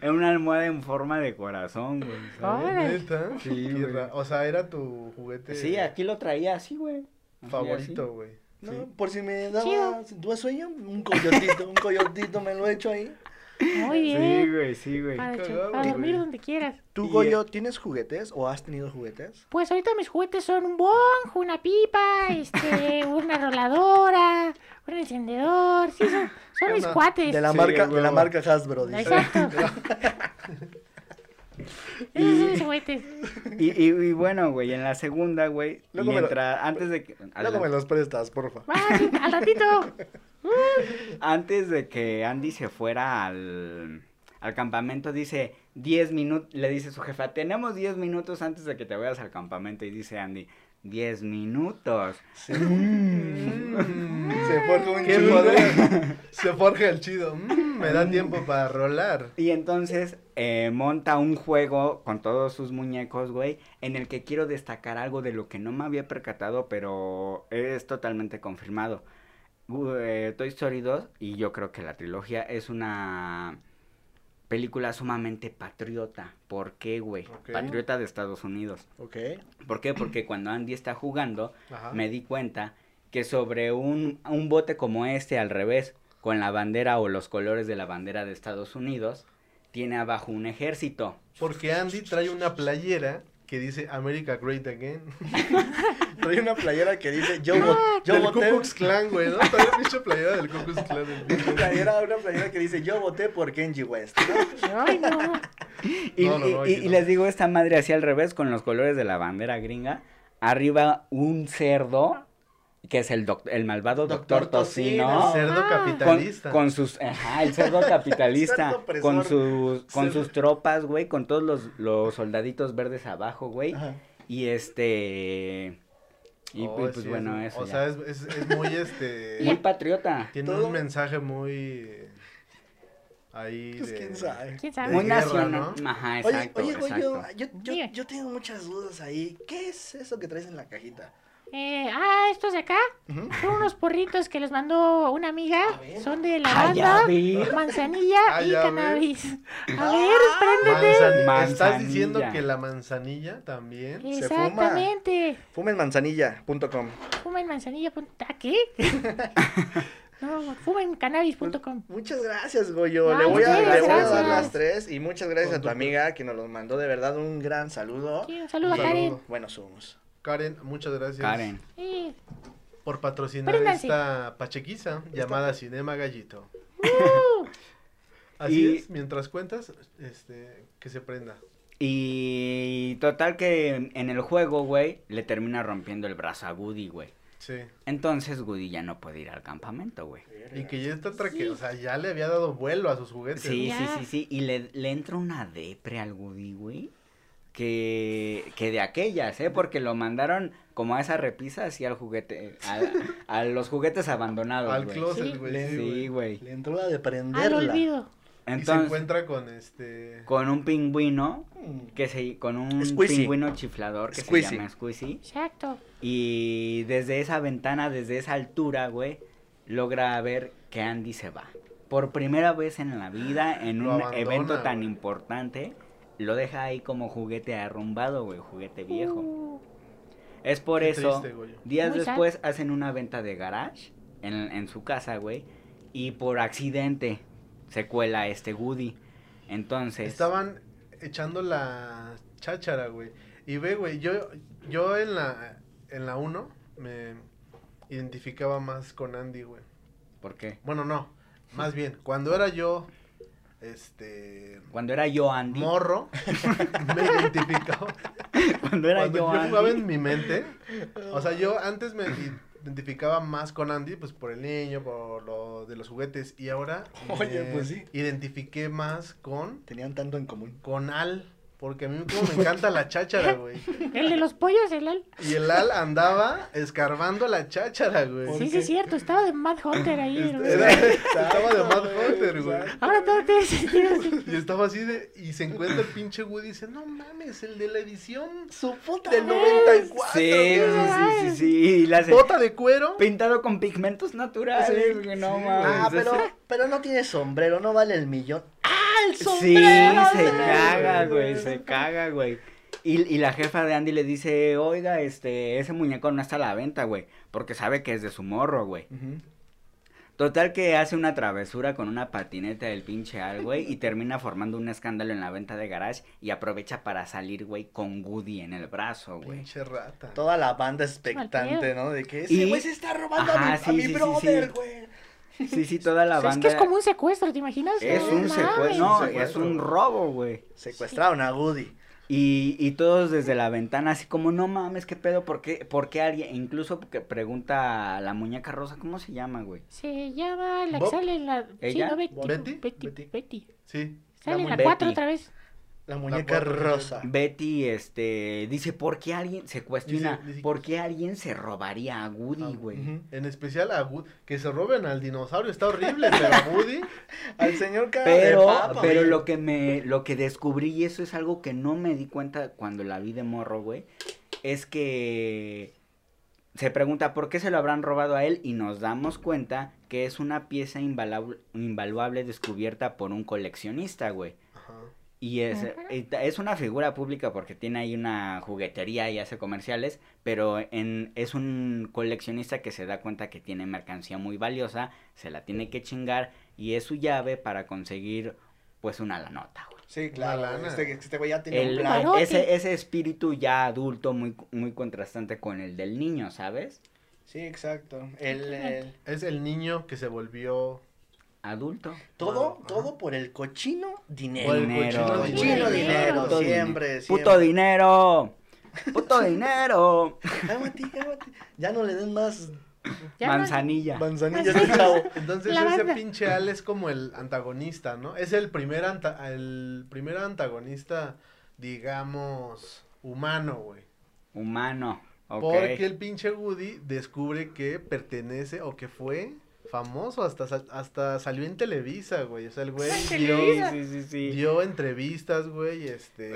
[SPEAKER 4] Era una almohada en forma de corazón, güey.
[SPEAKER 3] Ah,
[SPEAKER 4] ¿sabes?
[SPEAKER 2] Órale.
[SPEAKER 3] ¿Neta?
[SPEAKER 4] Sí,
[SPEAKER 3] Qué
[SPEAKER 4] güey.
[SPEAKER 3] ra- O sea, era tu juguete
[SPEAKER 4] Sí, aquí lo traía así, güey. Así,
[SPEAKER 3] favorito, güey.
[SPEAKER 5] No,
[SPEAKER 4] Sí.
[SPEAKER 5] por si me daba,
[SPEAKER 2] Chido.
[SPEAKER 5] si tuve sueño, un coyotito, un coyotito me lo echo ahí.
[SPEAKER 2] muy
[SPEAKER 4] así. Sí,
[SPEAKER 2] bien.
[SPEAKER 4] güey, sí, güey.
[SPEAKER 2] para,
[SPEAKER 3] cagado,
[SPEAKER 2] para dormir
[SPEAKER 3] güey.
[SPEAKER 2] donde quieras.
[SPEAKER 5] ¿Tú,
[SPEAKER 4] Y,
[SPEAKER 5] Goyo, tienes juguetes o has tenido juguetes?
[SPEAKER 2] Pues ahorita mis juguetes son un bong, una pipa, este, una roladora, un encendedor. Sí, son, son mis
[SPEAKER 3] Una-
[SPEAKER 2] cuates.
[SPEAKER 5] De la
[SPEAKER 3] Sí,
[SPEAKER 5] marca, de
[SPEAKER 3] huevo.
[SPEAKER 5] la marca Hasbro, dice.
[SPEAKER 2] Exacto. Esos son mis juguetes.
[SPEAKER 4] Y, y, y bueno, güey, en la segunda, güey,
[SPEAKER 5] Luego me lo-
[SPEAKER 4] mientras, antes de que...
[SPEAKER 5] Luego me los prestas, porfa.
[SPEAKER 2] Va, Ah, sí, al ratito.
[SPEAKER 4] Antes de que Andy se fuera al, al campamento, dice 10 minutos, le dice su jefa, tenemos 10 minutos antes de que te vayas al campamento. Y dice Andy, 10 minutos.
[SPEAKER 5] Se,
[SPEAKER 3] Mm.
[SPEAKER 5] se forja un
[SPEAKER 3] Qué
[SPEAKER 5] chido.
[SPEAKER 3] poder. Se forja el chido. Mm, me da tiempo para rolar.
[SPEAKER 4] Y entonces eh, monta un juego con todos sus muñecos, güey, en el que quiero destacar algo de lo que no me había percatado, pero es totalmente confirmado. Gu- eh, Toy Story 2, y yo creo que la trilogía es una película sumamente patriota. ¿Por qué, güey?
[SPEAKER 3] Ok.
[SPEAKER 4] Patriota de Estados Unidos.
[SPEAKER 5] Ok.
[SPEAKER 4] ¿Por qué? Porque cuando Andy está jugando,
[SPEAKER 3] Ajá.
[SPEAKER 4] me di cuenta que sobre un, un bote como este al revés, con la bandera o los colores de la bandera de Estados Unidos, tiene abajo un ejército.
[SPEAKER 3] Porque Andy trae una playera que dice America Great Again.
[SPEAKER 5] Trae una playera que dice, yo, vo-
[SPEAKER 2] Ah,
[SPEAKER 5] yo
[SPEAKER 3] del Ku
[SPEAKER 5] voté...
[SPEAKER 3] Klux Klan, güey, ¿no? Trae una pinche playera del Ku Klux Klan. el pinche.
[SPEAKER 5] Una playera, una playera que dice, yo voté por Kenji West. ¿no?
[SPEAKER 2] Ay, no.
[SPEAKER 4] Y,
[SPEAKER 3] No, no,
[SPEAKER 4] y-
[SPEAKER 3] no,
[SPEAKER 4] y-
[SPEAKER 3] aquí
[SPEAKER 4] y
[SPEAKER 3] no.
[SPEAKER 4] les digo esta madre así al revés, con los colores de la bandera gringa, arriba un cerdo, que es el, doc- el malvado doctor,
[SPEAKER 5] Doctor Tocino,
[SPEAKER 4] Tocino.
[SPEAKER 3] El cerdo
[SPEAKER 2] Ah.
[SPEAKER 4] con,
[SPEAKER 3] capitalista.
[SPEAKER 4] con sus ajá, el cerdo capitalista
[SPEAKER 5] Cerdo opresor.
[SPEAKER 4] con sus con
[SPEAKER 5] Cerdo.
[SPEAKER 4] sus tropas güey con todos los, los soldaditos verdes abajo güey
[SPEAKER 5] Ajá.
[SPEAKER 4] y este y,
[SPEAKER 3] Oh,
[SPEAKER 4] y, pues
[SPEAKER 3] sí,
[SPEAKER 4] bueno
[SPEAKER 3] es-
[SPEAKER 4] eso
[SPEAKER 3] O
[SPEAKER 4] ya.
[SPEAKER 3] sea, es, es- es muy
[SPEAKER 4] muy
[SPEAKER 3] este.
[SPEAKER 4] patriota
[SPEAKER 3] tiene
[SPEAKER 5] todo-
[SPEAKER 3] un mensaje muy. eh, Ahí.
[SPEAKER 5] Pues
[SPEAKER 3] de-
[SPEAKER 5] quién sabe.
[SPEAKER 2] ¿Quién
[SPEAKER 3] de
[SPEAKER 2] sabe?
[SPEAKER 4] muy
[SPEAKER 3] guerra,
[SPEAKER 4] nacional
[SPEAKER 3] ¿no?
[SPEAKER 4] ajá
[SPEAKER 5] Oye,
[SPEAKER 4] exacto
[SPEAKER 5] oye, Goyo,
[SPEAKER 4] exacto.
[SPEAKER 5] yo, yo,
[SPEAKER 2] Dime.
[SPEAKER 5] yo tengo muchas dudas ahí. ¿Qué es eso que traes en la cajita?
[SPEAKER 2] Eh, ah, estos de acá
[SPEAKER 5] Ujú.
[SPEAKER 2] son unos porritos que les mandó una amiga.
[SPEAKER 5] A ver.
[SPEAKER 2] Son de la
[SPEAKER 4] Ay, ya
[SPEAKER 2] banda,
[SPEAKER 4] vi.
[SPEAKER 2] manzanilla
[SPEAKER 3] Ay,
[SPEAKER 2] y
[SPEAKER 3] ya
[SPEAKER 2] cannabis. A ver,
[SPEAKER 5] Ah,
[SPEAKER 2] préndete.
[SPEAKER 3] Manzani-
[SPEAKER 4] Manzanilla.
[SPEAKER 3] ¿Estás diciendo que la manzanilla también?
[SPEAKER 5] se fuma.
[SPEAKER 2] Exactamente.
[SPEAKER 5] Fumenmanzanilla.com.
[SPEAKER 2] Fumen manzanilla. punto- ¿Ah, qué? no, fumencannabis.com.
[SPEAKER 5] Muchas gracias, Goyo.
[SPEAKER 2] Ay,
[SPEAKER 5] le voy a,
[SPEAKER 2] muchas
[SPEAKER 5] le voy a dar
[SPEAKER 2] gracias.
[SPEAKER 5] las tres. Y muchas gracias a tu
[SPEAKER 3] Con tu-
[SPEAKER 5] amiga que nos los mandó. De verdad, un gran saludo.
[SPEAKER 2] Sí, un saludo a
[SPEAKER 3] Un saludo.
[SPEAKER 2] Karen.
[SPEAKER 5] Buenos humos.
[SPEAKER 3] Karen, muchas gracias.
[SPEAKER 4] Karen
[SPEAKER 2] Sí.
[SPEAKER 3] Por patrocinar
[SPEAKER 2] Préndanse.
[SPEAKER 3] esta pachequiza llamada Cinema Gallito.
[SPEAKER 2] Uh,
[SPEAKER 3] Así
[SPEAKER 4] Y-
[SPEAKER 3] es, mientras cuentas, este, que se prenda.
[SPEAKER 4] y total que en el juego güey le termina rompiendo el brazo a Woody güey
[SPEAKER 3] Sí.
[SPEAKER 4] Entonces Woody ya no puede ir al campamento, güey.
[SPEAKER 3] Y que ya está traque, o sea, ya le había dado vuelo a sus juguetes.
[SPEAKER 4] Sí,
[SPEAKER 2] Ya.
[SPEAKER 4] sí, sí, sí. Y le, le entra una depre al Woody, güey. Que, que de aquellas, ¿eh? Porque lo mandaron como a esa repisa, así al juguete, a, a los juguetes abandonados,
[SPEAKER 3] Al
[SPEAKER 4] güey.
[SPEAKER 3] closet,
[SPEAKER 2] Sí.
[SPEAKER 3] güey. Sí,
[SPEAKER 4] Sí,
[SPEAKER 3] güey.
[SPEAKER 4] güey.
[SPEAKER 5] Le entró la de
[SPEAKER 2] Al
[SPEAKER 5] prenderla.
[SPEAKER 2] olvido.
[SPEAKER 3] Y se
[SPEAKER 4] Entonces,
[SPEAKER 3] encuentra con este.
[SPEAKER 4] con un pingüino,
[SPEAKER 5] Mm.
[SPEAKER 4] que se, con un
[SPEAKER 5] Squeezy.
[SPEAKER 4] pingüino chiflador que
[SPEAKER 5] Squeezy.
[SPEAKER 4] se llama Squeezy.
[SPEAKER 2] Exacto.
[SPEAKER 4] Y desde esa ventana, desde esa altura, güey, logra ver que Andy se va. Por primera vez en la vida, en
[SPEAKER 3] Lo
[SPEAKER 4] un
[SPEAKER 3] abandona,
[SPEAKER 4] evento tan
[SPEAKER 3] güey.
[SPEAKER 4] importante, lo deja ahí como juguete arrumbado, güey, juguete viejo.
[SPEAKER 2] Uh,
[SPEAKER 4] Es por
[SPEAKER 3] Qué
[SPEAKER 4] eso,
[SPEAKER 3] triste, Goyo.
[SPEAKER 4] días
[SPEAKER 2] Muy sad.
[SPEAKER 4] después hacen una venta de garage en, en su casa, güey, y por accidente se cuela este Woody. Entonces,
[SPEAKER 3] Estaban echando la cháchara, güey. Y ve, güey, yo, yo en la en la 1 me identificaba más con Andy, güey.
[SPEAKER 4] ¿por qué?
[SPEAKER 3] Bueno, no, más bien, cuando era yo, este,
[SPEAKER 4] Cuando era yo Andy,
[SPEAKER 3] morro, me identificaba.
[SPEAKER 4] cuando era
[SPEAKER 3] cuando
[SPEAKER 4] yo
[SPEAKER 3] yo jugaba
[SPEAKER 4] Andy,
[SPEAKER 3] en mi mente, o sea, yo antes me identificaba más con Andy, pues por el niño, por lo de los juguetes, y ahora
[SPEAKER 5] Oye,
[SPEAKER 3] me
[SPEAKER 5] pues sí.
[SPEAKER 3] identifiqué más con,
[SPEAKER 5] Tenían tanto en común.
[SPEAKER 3] con Al, porque a mí como me encanta la cháchara, güey.
[SPEAKER 2] el de los pollos, el al-
[SPEAKER 3] Y el Al andaba escarbando la cháchara, güey.
[SPEAKER 5] ¿Por
[SPEAKER 2] Sí,
[SPEAKER 5] qué?
[SPEAKER 2] sí, es cierto. Estaba de Mad Hunter ahí.
[SPEAKER 3] Este-
[SPEAKER 2] ¿no?
[SPEAKER 3] era- estaba de Mad Hunter, güey.
[SPEAKER 2] Ahora todo tiene sentido. sí.
[SPEAKER 3] Y estaba así de, y se encuentra el pinche Woody y dice, no mames, el de la edición
[SPEAKER 5] Su puta
[SPEAKER 3] del
[SPEAKER 5] madre.
[SPEAKER 3] 94.
[SPEAKER 4] Sí,
[SPEAKER 3] güey.
[SPEAKER 4] sí, sí, sí, sí, y la hace-
[SPEAKER 3] Bota de cuero.
[SPEAKER 4] Pintado con pigmentos naturales,
[SPEAKER 3] Sí,
[SPEAKER 4] güey, no
[SPEAKER 3] sí,
[SPEAKER 4] mames.
[SPEAKER 5] Ah, pero, pero no tiene sombrero, no vale el millón. ¡Ah, el
[SPEAKER 4] Sí,
[SPEAKER 5] sombrero!
[SPEAKER 4] se
[SPEAKER 5] güey!
[SPEAKER 4] caga, güey, se caga, güey. Y, y la jefa de Andy le dice, oiga, este, ese muñeco no está a la venta, güey, porque sabe que es de su morro, güey.
[SPEAKER 5] Ujú.
[SPEAKER 4] Total que hace una travesura con una patineta del pinche al, güey, y termina formando un escándalo en la venta de garage y aprovecha para salir, güey, con Woody en el brazo, güey.
[SPEAKER 3] Pinche rata.
[SPEAKER 5] Toda la banda expectante, ¿no? De que
[SPEAKER 4] Y-
[SPEAKER 5] ese güey se está robando
[SPEAKER 4] Ajá,
[SPEAKER 5] a mi,
[SPEAKER 4] sí,
[SPEAKER 5] a mi
[SPEAKER 4] sí, sí,
[SPEAKER 5] brother,
[SPEAKER 4] sí.
[SPEAKER 5] güey.
[SPEAKER 4] Sí, sí, toda la
[SPEAKER 2] O sea, Pues es
[SPEAKER 4] banda.
[SPEAKER 2] que es como un secuestro, ¿te imaginas?
[SPEAKER 4] Es
[SPEAKER 2] No
[SPEAKER 4] un
[SPEAKER 2] mames.
[SPEAKER 4] secue- no,
[SPEAKER 3] secuestro.
[SPEAKER 4] es un robo, güey.
[SPEAKER 5] Secuestraron a Woody.
[SPEAKER 4] Y, y todos desde la ventana, así como, no mames, qué pedo, ¿por qué, por qué alguien? Incluso que pregunta a la muñeca rosa, ¿cómo se llama, güey?
[SPEAKER 2] Se llama la que
[SPEAKER 3] Bob.
[SPEAKER 2] sale en la.
[SPEAKER 4] ¿Ella?
[SPEAKER 2] Sí, no,
[SPEAKER 3] ¿Betty?
[SPEAKER 2] Betty. Betty.
[SPEAKER 5] Betty.
[SPEAKER 2] Betty.
[SPEAKER 3] Sí.
[SPEAKER 2] Sale en la
[SPEAKER 4] Betty.
[SPEAKER 2] 4 otra vez.
[SPEAKER 5] La muñeca
[SPEAKER 3] cuatro,
[SPEAKER 5] rosa.
[SPEAKER 4] Betty, este, dice, ¿por qué alguien? Se cuestiona,
[SPEAKER 3] Dice- dice-
[SPEAKER 4] ¿por qué alguien se robaría a Woody,
[SPEAKER 3] Ah,
[SPEAKER 4] güey?
[SPEAKER 5] Ujú.
[SPEAKER 3] En especial a Woody. Que se roben al dinosaurio está horrible, pero a Woody.
[SPEAKER 5] Al señor cara de
[SPEAKER 4] Pero,
[SPEAKER 5] papa,
[SPEAKER 4] pero
[SPEAKER 5] güey.
[SPEAKER 4] lo que me, lo que descubrí, y eso es algo que no me di cuenta cuando la vi de morro, güey, es que se pregunta por qué se lo habrán robado a él y nos damos cuenta que es una pieza invaluable, invaluable descubierta por un coleccionista, güey.
[SPEAKER 3] Ajá.
[SPEAKER 4] Y es,
[SPEAKER 2] Ajá.
[SPEAKER 4] eh, ta- es una figura pública porque tiene ahí una juguetería y hace comerciales, pero en, es un coleccionista que se da cuenta que tiene mercancía muy valiosa, se la tiene que chingar y es su llave para conseguir pues una la nota, güey.
[SPEAKER 5] Sí, claro.
[SPEAKER 3] La lana.
[SPEAKER 5] Este, este güey ya tiene
[SPEAKER 4] El-
[SPEAKER 5] un plan.
[SPEAKER 2] Claro. Padrote.
[SPEAKER 4] ese, ese espíritu ya adulto muy, muy contrastante con el del niño, ¿sabes?
[SPEAKER 5] Sí, exacto. El, el-
[SPEAKER 3] Es el niño que se volvió.
[SPEAKER 4] Adulto.
[SPEAKER 5] todo,
[SPEAKER 3] Ajá.
[SPEAKER 5] todo por el cochino dinero.
[SPEAKER 3] Por el cochino
[SPEAKER 5] cochino
[SPEAKER 2] dinero.
[SPEAKER 5] dinero,
[SPEAKER 4] Puto
[SPEAKER 5] siempre,
[SPEAKER 4] dinero.
[SPEAKER 5] siempre.
[SPEAKER 4] Puto dinero. Puto dinero.
[SPEAKER 5] Cálmate, cálmate. Ya no le den más
[SPEAKER 2] Ya no-
[SPEAKER 4] Manzanilla.
[SPEAKER 5] manzanillas al chavo.
[SPEAKER 3] Entonces
[SPEAKER 2] La
[SPEAKER 3] ese
[SPEAKER 2] banda.
[SPEAKER 3] pinche Al es como el antagonista, ¿no? Es el primer, anta- el primer antagonista, digamos, humano, güey.
[SPEAKER 4] Humano. ok.
[SPEAKER 3] Porque el pinche Woody descubre que pertenece o que fue famoso. Hasta, sa- hasta salió en Televisa, güey. O sea, el güey dio,
[SPEAKER 4] Sí, sí, sí.
[SPEAKER 3] dio entrevistas, güey. Este,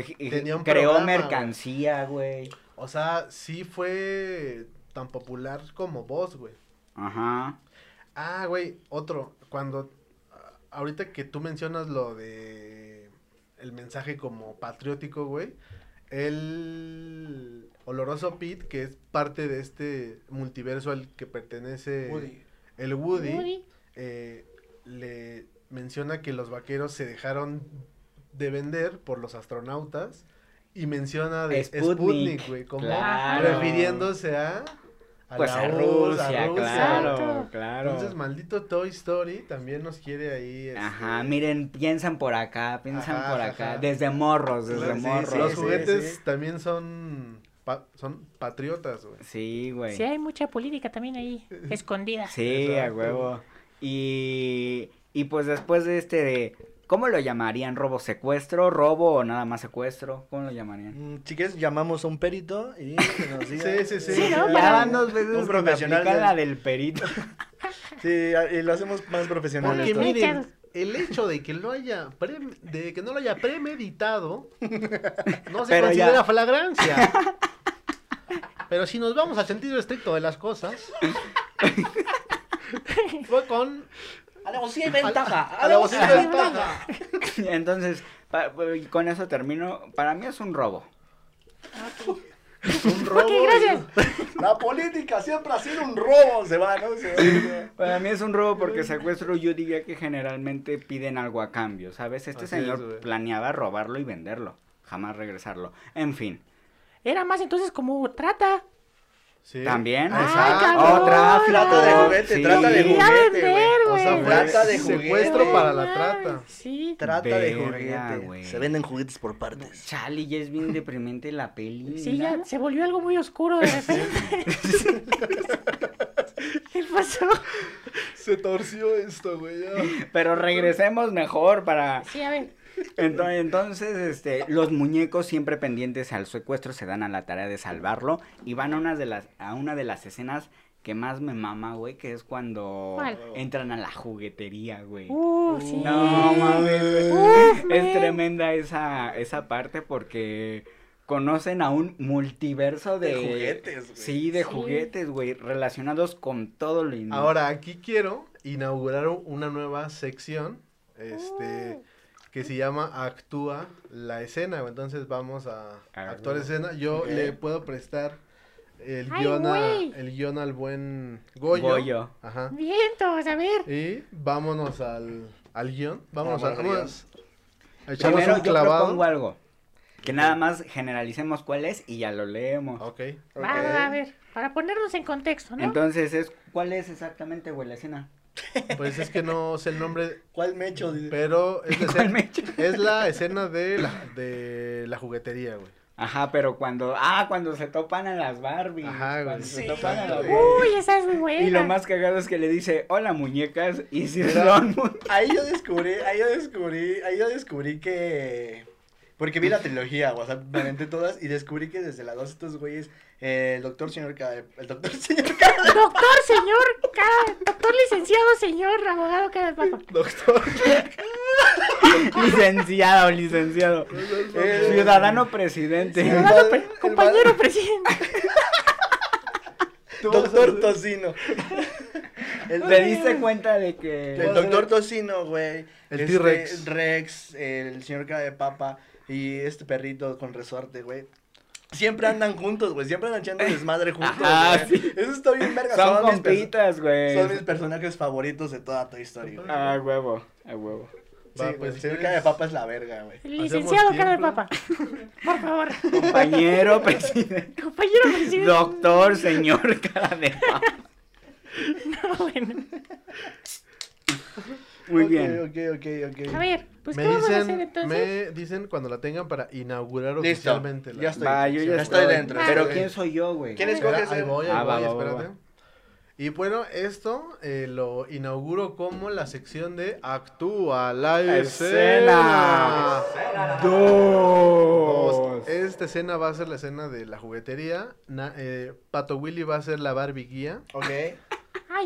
[SPEAKER 4] Eh, y- y
[SPEAKER 3] tenía un
[SPEAKER 4] creó
[SPEAKER 3] programa,
[SPEAKER 4] mercancía, güey.
[SPEAKER 3] O sea, sí fue tan popular como vos, güey.
[SPEAKER 4] Ajá.
[SPEAKER 3] Ah, güey, otro. Cuando. a- Ahorita que tú mencionas lo de. El mensaje como patriótico, güey. El. Oloroso Pete, que es parte de este multiverso al que pertenece. El Woody.
[SPEAKER 2] Woody.
[SPEAKER 3] eh, le menciona que los vaqueros se dejaron de vender por los astronautas. Y menciona de
[SPEAKER 4] Sputnik,
[SPEAKER 3] Sputnik, güey. Como
[SPEAKER 4] claro.
[SPEAKER 3] refiriéndose a. a
[SPEAKER 4] Pues
[SPEAKER 3] la
[SPEAKER 4] a
[SPEAKER 3] URSS,
[SPEAKER 4] Rusia,
[SPEAKER 3] a Rusia,
[SPEAKER 4] claro,
[SPEAKER 2] Exacto.
[SPEAKER 4] claro.
[SPEAKER 3] entonces, maldito Toy Story también nos quiere ahí. este,
[SPEAKER 4] Ajá, miren, piensan por acá, piensan
[SPEAKER 3] Ajá,
[SPEAKER 4] por
[SPEAKER 3] ajá,
[SPEAKER 4] acá.
[SPEAKER 3] ajá.
[SPEAKER 4] Desde morros,
[SPEAKER 3] claro,
[SPEAKER 4] desde
[SPEAKER 3] sí,
[SPEAKER 4] morros.
[SPEAKER 3] Los
[SPEAKER 5] sí,
[SPEAKER 3] juguetes
[SPEAKER 5] sí.
[SPEAKER 3] también son pa- son patriotas, güey.
[SPEAKER 4] Sí, güey.
[SPEAKER 2] Sí, hay mucha política también ahí, escondida.
[SPEAKER 4] Pues. Sí, a
[SPEAKER 3] Exacto.
[SPEAKER 4] huevo. Y, y pues después de este de... ¿Cómo lo llamarían? ¿Robo secuestro? ¿Robo o nada más secuestro? ¿Cómo lo llamarían?
[SPEAKER 5] Mm, Si quieres, llamamos a un perito y que nos diga. Eh,
[SPEAKER 3] Sí, sí, sí.
[SPEAKER 2] Sí, ¿no?
[SPEAKER 4] Ya
[SPEAKER 2] Para-
[SPEAKER 4] van dos veces
[SPEAKER 5] Un
[SPEAKER 4] que me
[SPEAKER 5] profesional
[SPEAKER 4] aplican
[SPEAKER 5] del-
[SPEAKER 4] la del perito.
[SPEAKER 5] Sí, y lo hacemos más profesional.
[SPEAKER 3] Porque
[SPEAKER 5] esto.
[SPEAKER 2] mi-
[SPEAKER 3] miren, el hecho de que lo haya pre- de que no lo haya premeditado no se
[SPEAKER 4] Pero
[SPEAKER 3] considera
[SPEAKER 4] ya.
[SPEAKER 3] flagrancia. Pero si nos vamos al sentido estricto de las cosas, fue con
[SPEAKER 5] A la bocina y
[SPEAKER 3] a la bocina de ventaja.
[SPEAKER 4] Entonces, pa- con eso termino. Para mí es un robo.
[SPEAKER 3] Un robo.
[SPEAKER 2] Ok, gracias.
[SPEAKER 5] La política siempre ha sido un robo. Se va, ¿no? Se va.
[SPEAKER 4] Para mí es un robo porque secuestro yo diría que generalmente piden algo a cambio, ¿sabes? Este
[SPEAKER 3] Así es,
[SPEAKER 4] señor
[SPEAKER 3] güey.
[SPEAKER 4] planeaba robarlo y venderlo, jamás regresarlo. En fin,
[SPEAKER 2] Era más entonces como trata.
[SPEAKER 3] Sí. Ah,
[SPEAKER 4] también,
[SPEAKER 3] Ay,
[SPEAKER 4] exacto.
[SPEAKER 2] cabrón.
[SPEAKER 4] Otra
[SPEAKER 5] Trata de juguete, trata de
[SPEAKER 2] Quería
[SPEAKER 5] juguete,
[SPEAKER 2] vender,
[SPEAKER 3] O sea,
[SPEAKER 2] güey.
[SPEAKER 3] fue
[SPEAKER 5] Trata de
[SPEAKER 3] secuestro
[SPEAKER 5] juguete.
[SPEAKER 3] para la
[SPEAKER 2] Ay,
[SPEAKER 3] trata.
[SPEAKER 2] Sí.
[SPEAKER 5] Trata de
[SPEAKER 4] Verga,
[SPEAKER 5] juguete.
[SPEAKER 4] güey.
[SPEAKER 5] Se venden juguetes por partes.
[SPEAKER 4] Charlie, ya es bien deprimente la peli.
[SPEAKER 2] Sí,
[SPEAKER 4] mira.
[SPEAKER 2] ya se volvió algo muy oscuro de repente. ¿Qué pasó?
[SPEAKER 3] Se torció esto, güey. ya.
[SPEAKER 4] Pero regresemos mejor para...
[SPEAKER 2] Sí, a ver.
[SPEAKER 4] Ento- Entonces, este, los muñecos siempre pendientes al secuestro se dan a la tarea de salvarlo y van a una de las, a una de las escenas que más me mama, güey, que es cuando
[SPEAKER 2] ¿Cuál?
[SPEAKER 4] entran a la juguetería, güey.
[SPEAKER 2] Uh, sí.
[SPEAKER 4] No mames, güey.
[SPEAKER 2] Uf,
[SPEAKER 4] es
[SPEAKER 2] men.
[SPEAKER 4] tremenda esa, esa parte porque conocen a un multiverso de,
[SPEAKER 5] De juguetes, güey.
[SPEAKER 4] Sí, de
[SPEAKER 2] Sí.
[SPEAKER 4] juguetes, güey, relacionados con todo lo in-
[SPEAKER 3] Ahora, aquí quiero inaugurar una nueva sección.
[SPEAKER 4] Oh.
[SPEAKER 3] Este. Que se llama Actúa la escena. güey. Entonces vamos a
[SPEAKER 4] Ah,
[SPEAKER 3] actuar
[SPEAKER 4] güey.
[SPEAKER 3] escena. Yo
[SPEAKER 5] Ok.
[SPEAKER 3] le puedo prestar el
[SPEAKER 2] Ay,
[SPEAKER 3] guión, a-
[SPEAKER 2] güey.
[SPEAKER 3] el guión al buen Goyo.
[SPEAKER 4] Goyo.
[SPEAKER 3] Ajá.
[SPEAKER 2] Vientos, a ver.
[SPEAKER 3] Y vámonos al, al guión.
[SPEAKER 5] Vámonos
[SPEAKER 3] Vámonos a.
[SPEAKER 5] al guión.
[SPEAKER 3] vámonos a echarnos
[SPEAKER 4] Primero
[SPEAKER 3] un
[SPEAKER 4] yo
[SPEAKER 3] clavado.
[SPEAKER 4] propongo algo. Que nada más generalicemos cuál es y ya lo leemos.
[SPEAKER 3] Ok.
[SPEAKER 2] Va, va, va, a ver. Para ponernos en contexto, ¿no?
[SPEAKER 4] Entonces, es, ¿cuál es exactamente, güey, la escena?
[SPEAKER 3] Pues es que no sé el nombre,
[SPEAKER 5] ¿Cuál mecho?
[SPEAKER 3] pero es la
[SPEAKER 4] ¿Cuál
[SPEAKER 3] escena,
[SPEAKER 4] mecha?
[SPEAKER 3] es la, escena de, la, de la juguetería, güey.
[SPEAKER 4] Ajá, pero cuando... Ah, cuando se topan a las Barbies.
[SPEAKER 3] Ajá, güey.
[SPEAKER 4] Cuando se
[SPEAKER 5] Sí,
[SPEAKER 4] topan a las
[SPEAKER 5] güey.
[SPEAKER 4] Barbies.
[SPEAKER 2] Uy, esa es muy buena.
[SPEAKER 4] Y lo más cagado es que le dice, hola, muñecas, y si
[SPEAKER 5] Era-
[SPEAKER 4] son... mu-
[SPEAKER 5] Ahí yo descubrí, ahí yo descubrí, ahí yo descubrí que... Porque vi la trilogía, o sea, me aventé todas y descubrí que desde la 2 estos güeyes, eh, el doctor señor Cada... El doctor señor Cada...
[SPEAKER 2] Doctor, señor, cada... doctor licenciado, señor, abogado, cada papa.
[SPEAKER 3] Doctor.
[SPEAKER 4] Licenciado, licenciado.
[SPEAKER 5] Eh,
[SPEAKER 4] Ciudadano presidente.
[SPEAKER 5] el
[SPEAKER 2] Abogado,
[SPEAKER 5] padre-
[SPEAKER 2] pre-
[SPEAKER 5] el
[SPEAKER 2] compañero presidente.
[SPEAKER 5] Doctor Tocino. El,
[SPEAKER 4] ¿Te diste cuenta de
[SPEAKER 5] el
[SPEAKER 4] que...
[SPEAKER 5] doctor Tocino, güey.
[SPEAKER 3] El
[SPEAKER 5] este,
[SPEAKER 3] T-Rex.
[SPEAKER 5] Rex, el señor Cara de Papa y este perrito con resorte, güey. Siempre andan juntos, güey. Siempre andan echando desmadre juntos.
[SPEAKER 4] Ajá,
[SPEAKER 5] güey.
[SPEAKER 4] Ah, sí.
[SPEAKER 5] Eso está bien verga.
[SPEAKER 4] Son
[SPEAKER 5] mis perso-
[SPEAKER 4] compitas,
[SPEAKER 5] Son mis
[SPEAKER 4] güey. Ah,
[SPEAKER 5] personajes favoritos de toda Toy Story, güey.
[SPEAKER 4] A huevo, a huevo.
[SPEAKER 5] Sí,
[SPEAKER 3] Va,
[SPEAKER 5] güey,
[SPEAKER 3] pues,
[SPEAKER 5] el señor
[SPEAKER 3] ¿quieres?
[SPEAKER 5] cara de papa es la verga, güey.
[SPEAKER 2] Licenciado, cara de
[SPEAKER 3] tiempo.
[SPEAKER 2] papa. Por favor.
[SPEAKER 4] Compañero presidente.
[SPEAKER 2] Compañero presidente.
[SPEAKER 4] Doctor, señor, cara de papa.
[SPEAKER 2] No, bueno.
[SPEAKER 4] Muy
[SPEAKER 5] Ok,
[SPEAKER 4] bien.
[SPEAKER 5] Ok, ok, ok.
[SPEAKER 2] A ver, pues,
[SPEAKER 3] me
[SPEAKER 2] ¿qué vamos a hacer
[SPEAKER 3] dicen,
[SPEAKER 2] entonces?
[SPEAKER 3] me dicen cuando la tengan para inaugurar
[SPEAKER 5] Listo,
[SPEAKER 3] oficialmente. la-
[SPEAKER 5] ya estoy.
[SPEAKER 4] Va, yo ya
[SPEAKER 5] Ya estoy
[SPEAKER 4] estoy
[SPEAKER 5] dentro,
[SPEAKER 4] Pero
[SPEAKER 5] estoy
[SPEAKER 4] ¿quién
[SPEAKER 5] dentro.
[SPEAKER 4] soy yo, güey?
[SPEAKER 5] ¿Quién es-
[SPEAKER 3] Espera,
[SPEAKER 5] escoges
[SPEAKER 3] ahí
[SPEAKER 5] el-
[SPEAKER 3] voy, ahí
[SPEAKER 4] Ah, va,
[SPEAKER 3] voy,
[SPEAKER 4] va, va,
[SPEAKER 3] espérate.
[SPEAKER 4] va.
[SPEAKER 3] Y bueno, esto eh, lo inauguro como la sección de Actúa la
[SPEAKER 4] Escena.
[SPEAKER 3] escena.
[SPEAKER 4] Dos.
[SPEAKER 3] Dos. Esta escena va a ser la escena de la juguetería. Na- eh, Pato Willy va a ser la Barbie guía.
[SPEAKER 5] Ok.
[SPEAKER 2] Ay, yo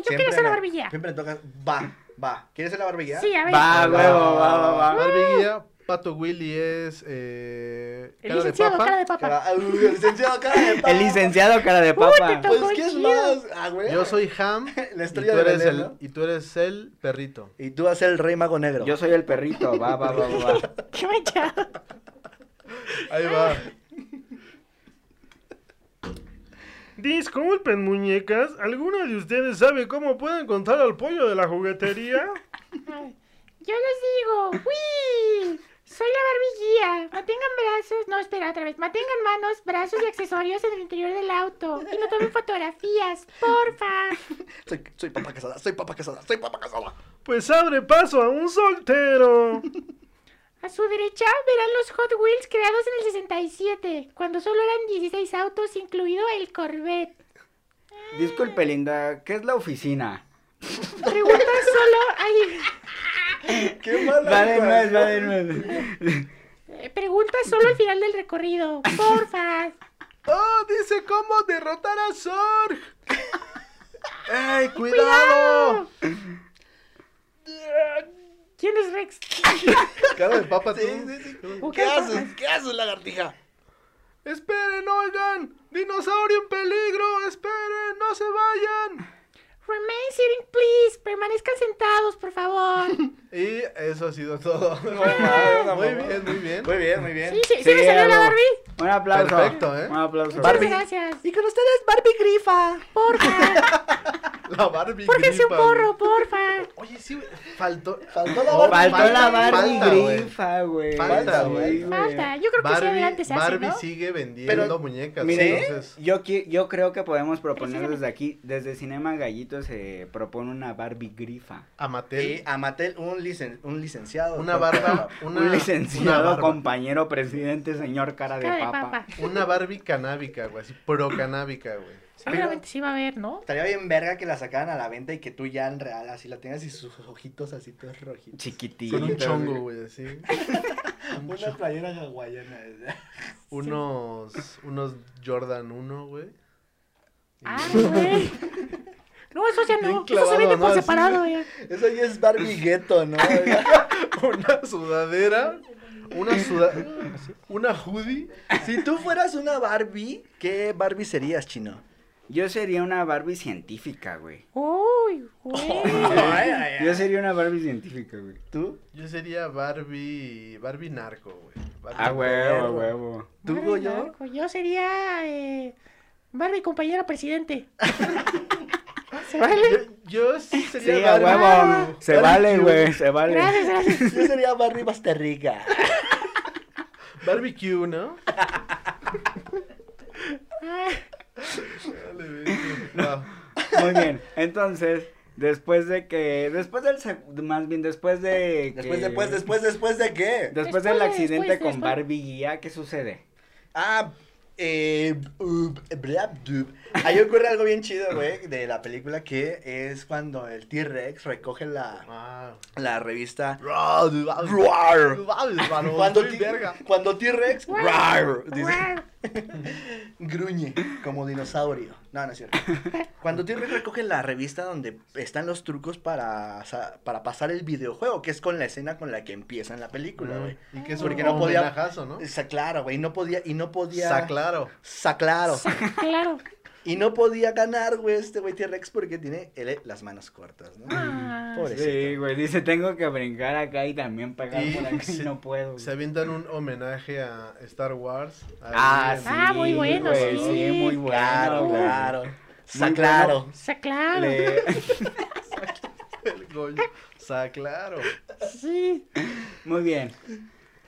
[SPEAKER 5] Siempre
[SPEAKER 2] quiero hacer la
[SPEAKER 5] me-
[SPEAKER 2] barbilla.
[SPEAKER 5] Siempre me tocas. Va, va. ¿Quieres hacer la barbilla?
[SPEAKER 2] Sí, a ver.
[SPEAKER 4] Va, Ah, huevo, va, va, va.
[SPEAKER 3] Barbie guía, Pato Willy es eh,
[SPEAKER 2] El
[SPEAKER 3] cara de
[SPEAKER 2] licenciado,
[SPEAKER 3] papa.
[SPEAKER 2] cara de papa.
[SPEAKER 5] Cara- Uy, El licenciado cara de papa.
[SPEAKER 4] El licenciado, cara de
[SPEAKER 2] te
[SPEAKER 4] papa.
[SPEAKER 2] to-
[SPEAKER 5] Pues,
[SPEAKER 2] Tocó
[SPEAKER 5] ¿qué es
[SPEAKER 2] chido.
[SPEAKER 5] más? Ah, güey.
[SPEAKER 3] Yo soy Ham
[SPEAKER 5] La
[SPEAKER 3] y tú,
[SPEAKER 5] estrella de
[SPEAKER 3] eres
[SPEAKER 5] Belén,
[SPEAKER 3] el,
[SPEAKER 5] ¿no?
[SPEAKER 3] y tú eres el perrito.
[SPEAKER 5] Y tú vas a ser el rey mago negro.
[SPEAKER 4] Yo soy el perrito. Va, va, va, va. va.
[SPEAKER 2] Qué manchado.
[SPEAKER 3] Ahí va.
[SPEAKER 6] Disculpen, muñecas. ¿Alguno de ustedes sabe cómo pueden encontrar al pollo de la juguetería?
[SPEAKER 2] Ay, Yo les digo, ¡uy! Soy la barbilla. Mantengan brazos, no, espera otra vez. Mantengan manos, brazos y accesorios en el interior del auto. Y no tomen fotografías, porfa.
[SPEAKER 5] Soy, soy papá casada, soy papá casada, soy papá casada.
[SPEAKER 6] Pues abre paso a un soltero.
[SPEAKER 2] A su derecha verán los Hot Wheels creados en el 67, cuando solo eran 16 autos, incluido el Corvette.
[SPEAKER 4] Disculpe, Linda, ¿qué es la oficina?
[SPEAKER 2] Pregunta solo hay...
[SPEAKER 5] Qué mala
[SPEAKER 4] Va de
[SPEAKER 5] onda.
[SPEAKER 3] pues.
[SPEAKER 4] nuez, va de nuez.
[SPEAKER 2] eh, Pregunta solo al final del recorrido, porfa.
[SPEAKER 3] ¡Oh, dice cómo derrotar a Sorg! ¡Ey, cuidado!
[SPEAKER 2] ¿Quién es Rex?
[SPEAKER 3] Cara de papa, tú.
[SPEAKER 5] Sí, sí, sí.
[SPEAKER 2] Ok,
[SPEAKER 5] ¿Qué haces? ¿Qué haces, lagartija?
[SPEAKER 3] ¡Esperen, oigan! ¡Dinosaurio en peligro! ¡Esperen, no se vayan!
[SPEAKER 2] Remain sitting, please. Permanezcan sentados, por favor.
[SPEAKER 3] Y eso ha sido todo.
[SPEAKER 5] mames,
[SPEAKER 3] muy
[SPEAKER 5] mamá.
[SPEAKER 3] bien, muy bien.
[SPEAKER 5] Muy bien, muy bien.
[SPEAKER 2] Sí, sí, sí,
[SPEAKER 4] Sí,
[SPEAKER 2] me salió la
[SPEAKER 4] algo.
[SPEAKER 2] Barbie.
[SPEAKER 4] Un aplauso.
[SPEAKER 3] Perfecto, ¿eh?
[SPEAKER 4] Un aplauso.
[SPEAKER 5] Barbie.
[SPEAKER 2] Muchas gracias.
[SPEAKER 5] Y con ustedes, Barbie Grifa.
[SPEAKER 2] Porfa,
[SPEAKER 3] La Barbie
[SPEAKER 2] pórtense un
[SPEAKER 3] gripa, güey.
[SPEAKER 2] porro, porfa.
[SPEAKER 3] Oye, sí, faltó.
[SPEAKER 5] Faltó la
[SPEAKER 3] Oh,
[SPEAKER 5] Barbie.
[SPEAKER 4] Faltó la Barbie
[SPEAKER 3] Falta, güey.
[SPEAKER 4] grifa, güey.
[SPEAKER 3] Falta,
[SPEAKER 4] Sí,
[SPEAKER 5] güey.
[SPEAKER 2] Falta. Yo creo que sí, adelante
[SPEAKER 3] Barbie,
[SPEAKER 2] se hace,
[SPEAKER 3] Barbie
[SPEAKER 2] ¿no?
[SPEAKER 3] sigue vendiendo
[SPEAKER 5] Pero,
[SPEAKER 3] muñecas.
[SPEAKER 4] Mire,
[SPEAKER 3] entonces-
[SPEAKER 4] yo, qui- yo creo que podemos proponer
[SPEAKER 2] Precisamente.
[SPEAKER 4] desde aquí, desde Cinema Gallito se propone una Barbie grifa.
[SPEAKER 3] Amatel.
[SPEAKER 5] Y a Mattel, un, licen- un licenciado.
[SPEAKER 3] Una barba. Una,
[SPEAKER 4] Un
[SPEAKER 3] una
[SPEAKER 4] licenciado
[SPEAKER 3] barba.
[SPEAKER 4] compañero presidente, señor cara de
[SPEAKER 2] Cara de
[SPEAKER 4] papa.
[SPEAKER 2] papa.
[SPEAKER 3] Una Barbie canábica, güey. Así pro canábica, güey.
[SPEAKER 2] Seguramente sí va a haber, ¿no?
[SPEAKER 5] Estaría bien verga que la sacaran a la venta y que tú ya en real así la tengas y sus ojitos así todos rojitos.
[SPEAKER 4] Chiquitito.
[SPEAKER 3] Con un chongo,
[SPEAKER 4] güey.
[SPEAKER 3] güey, así. Un
[SPEAKER 5] Una
[SPEAKER 3] chongo.
[SPEAKER 5] playera hawaiana.
[SPEAKER 3] Unos, unos Jordan 1, güey.
[SPEAKER 2] Ay, güey. Ah, eh. No, eso ya
[SPEAKER 3] Bien
[SPEAKER 2] no. eso
[SPEAKER 3] clavado,
[SPEAKER 2] se vende
[SPEAKER 3] ¿no?
[SPEAKER 2] por
[SPEAKER 3] Así.
[SPEAKER 2] separado, eh. ya.
[SPEAKER 5] Eso ya es Barbie Ghetto, ¿no?
[SPEAKER 3] Una sudadera. Una sudadera. Una hoodie.
[SPEAKER 5] si tú fueras una Barbie, ¿qué Barbie serías, chino?
[SPEAKER 4] Yo sería una Barbie científica, güey.
[SPEAKER 2] Uy, güey.
[SPEAKER 5] Ay,
[SPEAKER 3] Ah,
[SPEAKER 5] ay, ay.
[SPEAKER 4] Yo sería una Barbie científica, güey.
[SPEAKER 5] ¿Tú?
[SPEAKER 3] Yo sería Barbie. Barbie narco, güey. Barbie
[SPEAKER 4] A huevo, a
[SPEAKER 5] perro.
[SPEAKER 4] huevo.
[SPEAKER 5] ¿Tú,
[SPEAKER 2] Barbie
[SPEAKER 5] Goyo?
[SPEAKER 2] narco. Yo sería eh, Barbie compañera presidente. ¿Se vale?
[SPEAKER 3] Yo, yo sí sería
[SPEAKER 4] Sí, a
[SPEAKER 3] Barbie.
[SPEAKER 4] huevo. Se vale, güey, se vale.
[SPEAKER 2] Gracias, gracias.
[SPEAKER 5] Yo sería Barbie Basta Rica.
[SPEAKER 3] Barbecue, ¿no?
[SPEAKER 2] Ah,
[SPEAKER 3] No.
[SPEAKER 4] Muy bien. Entonces, después de que después del sec- más bien después de que-
[SPEAKER 5] Después, después, después, después de qué?
[SPEAKER 4] Después
[SPEAKER 2] Después,
[SPEAKER 4] del accidente
[SPEAKER 2] después,
[SPEAKER 4] con
[SPEAKER 2] después.
[SPEAKER 4] Barbie Guía, ¿qué sucede?
[SPEAKER 5] Ah, eh, uh, blab, dub. ahí ocurre algo bien chido, güey, de la película que es cuando el T-Rex recoge la,
[SPEAKER 3] Ah.
[SPEAKER 5] la revista.
[SPEAKER 3] Roar.
[SPEAKER 5] Cuando T-
[SPEAKER 3] Muy verga.
[SPEAKER 5] cuando T-Rex rar, dice,
[SPEAKER 2] guau.
[SPEAKER 5] gruñe como dinosaurio. No, no es cierto. Cuando T-Rex recoge la revista donde están los trucos para, sa- para pasar el videojuego, que es con la escena con la que empieza en la película, güey.
[SPEAKER 3] Y que es
[SPEAKER 5] Porque
[SPEAKER 3] un
[SPEAKER 5] no podía-
[SPEAKER 3] homenajazo, ¿no?
[SPEAKER 5] Está claro, güey, y no podía, y no podía.
[SPEAKER 3] Está claro.
[SPEAKER 5] Sa- claro.
[SPEAKER 2] Claro.
[SPEAKER 5] Y no podía ganar, güey, este güey T-Rex porque tiene el- las manos cortas, ¿no?
[SPEAKER 2] Ah,
[SPEAKER 5] Pobrecito.
[SPEAKER 4] Sí, güey, dice, tengo que brincar acá y también pegar
[SPEAKER 3] Y
[SPEAKER 4] por acá y
[SPEAKER 3] se-
[SPEAKER 4] no puedo.
[SPEAKER 3] Se avientan un homenaje a Star Wars. Ahí
[SPEAKER 4] Ah,
[SPEAKER 3] en-
[SPEAKER 4] sí.
[SPEAKER 2] Ah, muy bueno,
[SPEAKER 4] güey,
[SPEAKER 2] sí.
[SPEAKER 4] sí, muy bueno.
[SPEAKER 5] Claro,
[SPEAKER 4] güey.
[SPEAKER 5] claro. Está
[SPEAKER 4] bueno.
[SPEAKER 5] claro.
[SPEAKER 2] Está claro.
[SPEAKER 4] Le-
[SPEAKER 3] el Goyo. Está claro.
[SPEAKER 2] Sí.
[SPEAKER 4] Muy bien.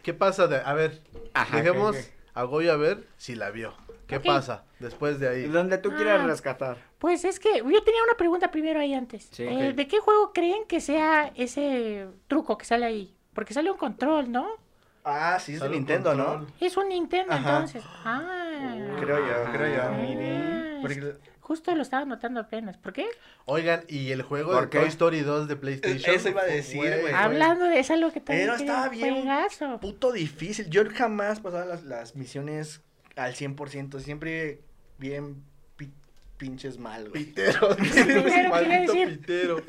[SPEAKER 3] ¿Qué pasa? de- A ver,
[SPEAKER 4] Ajá,
[SPEAKER 3] dejemos
[SPEAKER 4] ¿qué,
[SPEAKER 3] a Goyo a ver si la vio. ¿Qué
[SPEAKER 2] Ok.
[SPEAKER 3] pasa después de ahí?
[SPEAKER 4] Donde tú quieras
[SPEAKER 2] Ah.
[SPEAKER 4] rescatar.
[SPEAKER 2] Pues es que yo tenía una pregunta primero ahí antes.
[SPEAKER 4] Sí.
[SPEAKER 2] Eh,
[SPEAKER 4] Ok.
[SPEAKER 2] ¿De qué juego creen que sea ese truco que sale ahí? Porque sale un control, ¿no?
[SPEAKER 5] Ah, sí, es de
[SPEAKER 3] Sale un
[SPEAKER 5] Nintendo, ¿no?
[SPEAKER 3] control.
[SPEAKER 2] Es un Nintendo,
[SPEAKER 5] Ajá.
[SPEAKER 2] entonces. Ah.
[SPEAKER 5] Creo yo, creo yo.
[SPEAKER 4] Ah,
[SPEAKER 2] mire.
[SPEAKER 5] Porque-
[SPEAKER 2] Justo lo estaba notando apenas. ¿Por qué?
[SPEAKER 3] Oigan, y el juego
[SPEAKER 4] ¿Por
[SPEAKER 3] de
[SPEAKER 4] qué?
[SPEAKER 3] Toy Story 2 de PlayStation.
[SPEAKER 5] Eso iba a decir,
[SPEAKER 3] Pues,
[SPEAKER 5] güey.
[SPEAKER 2] Hablando de esa lo que también
[SPEAKER 5] Pero
[SPEAKER 2] quería,
[SPEAKER 5] estaba bien.
[SPEAKER 2] juegazo.
[SPEAKER 5] Puto difícil. Yo jamás pasaba las, las misiones al 100%. Siempre bien pi- pinches mal, güey.
[SPEAKER 3] Pitero.
[SPEAKER 2] quería
[SPEAKER 3] Maldito
[SPEAKER 2] decir.
[SPEAKER 3] pitero.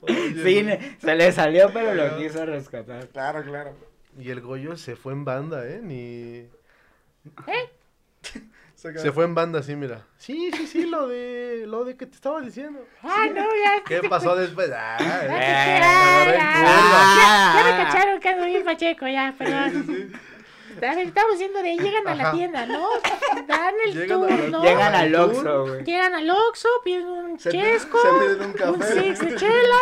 [SPEAKER 3] Oye,
[SPEAKER 4] Sí,
[SPEAKER 3] güey.
[SPEAKER 4] le- se le salió, pero lo quiso rescatar.
[SPEAKER 5] Claro, claro.
[SPEAKER 3] Y el Goyo se fue en banda, ¿eh? Ni... Se
[SPEAKER 5] Se
[SPEAKER 3] fue en banda, sí, mira. Sí, sí, sí, lo de lo de que te estaba diciendo.
[SPEAKER 2] Ah, no, ya.
[SPEAKER 3] ¿Qué pasó después?
[SPEAKER 2] Ah,
[SPEAKER 3] Ah,
[SPEAKER 2] ya,
[SPEAKER 4] Eh,
[SPEAKER 3] me agarré en
[SPEAKER 2] ya,
[SPEAKER 4] curva.
[SPEAKER 2] ya, ya me cacharon que ando bien pacheco, ya, perdón. A ver, estamos diciendo de llegan a la
[SPEAKER 3] Ajá.
[SPEAKER 2] tienda, ¿no? Dan el
[SPEAKER 3] Llegan a la-
[SPEAKER 2] turno.
[SPEAKER 4] Llegan
[SPEAKER 3] a
[SPEAKER 4] al Oxxo, güey.
[SPEAKER 2] Llegan al Oxxo, piden un
[SPEAKER 5] Se pide-
[SPEAKER 2] chesco,
[SPEAKER 5] se piden un café.
[SPEAKER 2] un six de chela,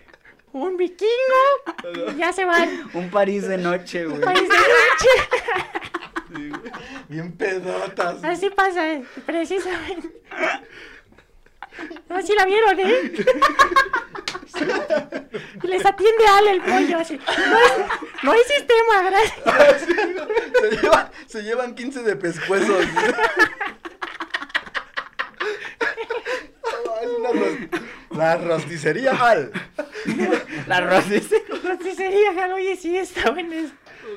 [SPEAKER 2] un vikingo, y ya se van.
[SPEAKER 4] Un París de noche, güey.
[SPEAKER 2] País de noche.
[SPEAKER 5] bien pedotas.
[SPEAKER 2] Así pasa, eh, precisamente. Así la vieron, ¿eh? Y les atiende Al el pollo así. No es, no hay sistema, gracias.
[SPEAKER 5] se, llevan, se llevan 15 de pescuezos. No, es una ros- La rosticería Al.
[SPEAKER 4] La Rosy.
[SPEAKER 2] Así sería, Al, oye, sí, está bueno. eso.